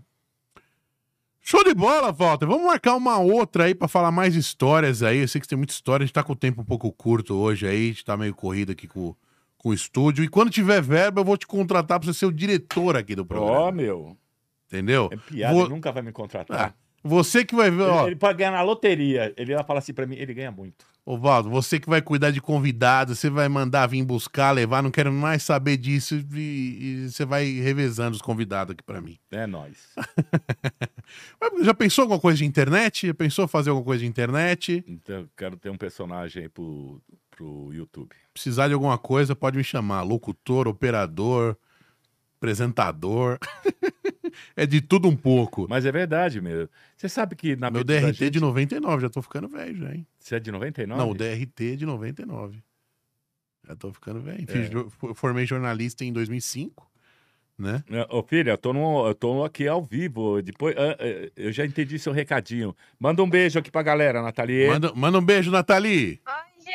Show de bola, Walter. Vamos marcar uma outra aí pra falar mais histórias aí. Eu sei que tem muita história. A gente tá com o tempo um pouco curto hoje aí. A gente tá meio corrido aqui com, com o estúdio. E quando tiver verba, eu vou te contratar pra você ser o diretor aqui do
Ó,
programa.
meu.
Entendeu?
É piada,
Vou-
ele nunca vai me
Ah,
contratar.
você que vai ver, ó,
Ele, ele pode ganhar na loteria. Ele vai falar assim pra mim, ele ganha muito.
ô Valdo, você que vai cuidar de convidados, você vai mandar vir buscar, levar, não quero mais saber disso e, e você vai revezando os convidados aqui pra mim.
É nóis.
Mas já pensou alguma coisa de internet? Já pensou fazer alguma coisa de internet?
Então, eu quero ter um personagem aí pro, pro YouTube.
Precisar de alguma coisa, pode me chamar, locutor, operador, apresentador. é de tudo um pouco.
Mas é verdade, meu. Você sabe que na
Meu
vida da
DRT
gente-
de 99, já tô ficando velho já, hein?
Você é de 99?
Não, o DRT de 99. Já tô ficando velho. Fiz
É.
jo- fo- Formei jornalista em 2005, né?
É, Ô, filha, eu tô, no, eu tô aqui ao vivo. Depois, ah, ah, eu já entendi seu recadinho. Manda um beijo aqui pra galera, Nathalie.
Manda, manda um beijo, Nathalie.
Oi, gente.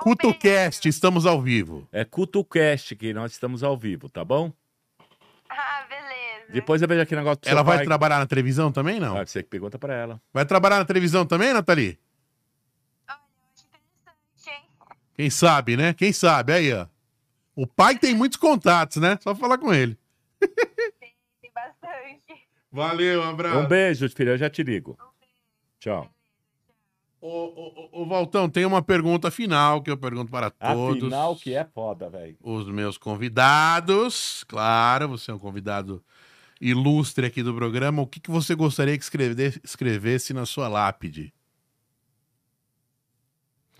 Um
CutoCast, estamos ao vivo.
É CutoCast que nós estamos ao vivo, tá bom?
beijo. Ah, beleza.
Depois eu vejo aquele negócio do seu
Ela vai
pai.
trabalhar na televisão também, não?
Ah, você que pergunta pra ela.
Vai trabalhar na televisão também, Nathalie?
Acho interessante, hein?
Quem sabe, né? Quem sabe, aí, ó. O pai tem muitos contatos, né? Só falar com ele.
Tem bastante.
Valeu, um abraço.
Um beijo, filha, eu já te ligo. Tchau.
Ô, ô, ô, ô, Valtão, tem uma pergunta final que eu pergunto para todos.
Afinal, que é foda, velho.
os meus convidados. Claro, você é um convidado ilustre aqui do programa. O que, que você gostaria que escreve- escrevesse na sua lápide?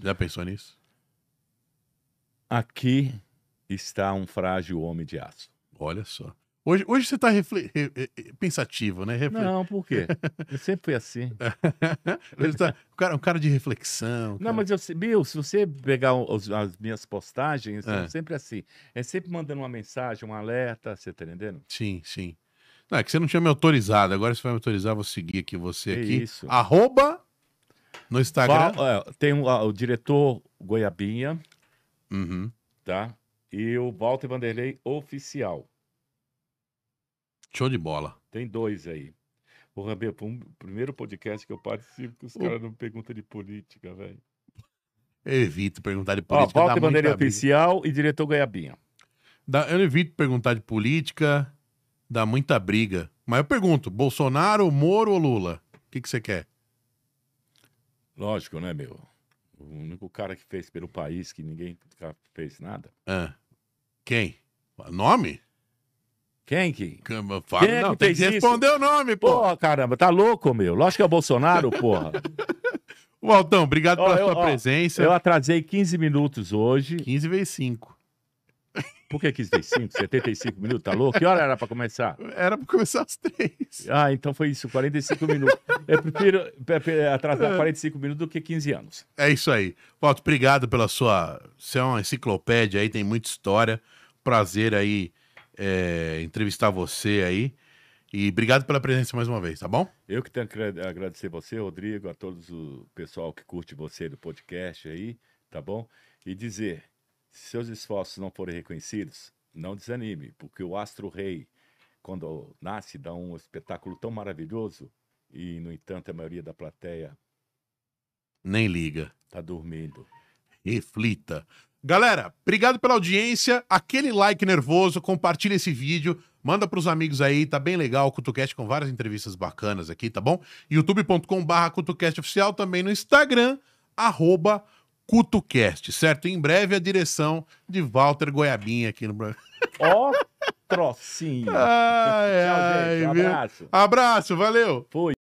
Já pensou nisso?
Aqui está um frágil homem de aço.
Olha só. Hoje, hoje você está refle- re- re- re- pensativo, né? Refle-
Não, por quê? Eu sempre fui assim.
Ele tá- um, cara, um cara de reflexão.
Não,
cara.
mas eu, se- Bill, se você pegar os- as minhas postagens,
É.
são sempre assim. É sempre mandando uma mensagem, um alerta, você tá entendendo?
Sim, sim. Não, é que você não tinha me autorizado. Agora você vai me autorizar, eu vou seguir aqui você
Que
aqui.
É isso.
Arroba no Instagram.
Val- é, tem o, a- o diretor Goiabinha,
Uhum.
tá? E o Walter Vanderlei Oficial.
Show de bola.
Tem dois aí. Porra, Bia, foi um primeiro podcast que eu participo que os
O-
caras não perguntam de política, velho.
Eu evito perguntar de
Ó, é
política. dá
Walter
muita
Vanderlei
briga.
Oficial e diretor Goiabinha.
Dá- eu evito perguntar de política, dá muita briga. Mas eu pergunto: Bolsonaro, Moro ou Lula? O que que você quer?
Lógico, né, meu? O único cara que fez pelo país que ninguém fez nada.
Hã? quem? Nome?
Quem que?
Cama- Fala,
Quem é
não,
que
tem que
fez isso?
responder o nome, pô.
Porra, caramba, tá louco, meu? Lógico que é o Bolsonaro, porra.
Valtão, obrigado
Ó,
pela
eu-
sua
ó,
presença.
Eu atrasei 15 minutos hoje.
15 vezes 5.
Por que 15, 75 minutos? Tá louco? Que hora era pra começar?
Era pra começar às 3.
Ah, então foi isso, 45 minutos. Eu prefiro pe- pe- atrasar 45 minutos do que 15 anos.
É isso aí. Valto, obrigado pela sua. Você é uma enciclopédia aí, tem muita história. Prazer aí é, entrevistar você aí. E obrigado pela presença mais uma vez, tá bom?
Eu que tenho que agra- agradecer você, Rodrigo, a todos o pessoal que curte você do podcast aí, tá bom? e dizer: se seus esforços não forem reconhecidos, não desanime, porque o Astro Rei, quando nasce, dá um espetáculo tão maravilhoso e, no entanto, a maioria da plateia
Nem liga.
está dormindo.
reflita. Galera, obrigado pela audiência, aquele like nervoso, compartilha esse vídeo, manda pros amigos aí, tá bem legal o CutuCast com várias entrevistas bacanas aqui, tá bom? youtube.com/barra CutuCast oficial, também no Instagram, arroba CutuCast, certo? Em breve a direção de Walter Goiabinha aqui no programa.
Ó, trocinho!
Ai,
Tchau,
ai,
gente. Um
viu?
abraço.
Abraço, valeu!
Fui.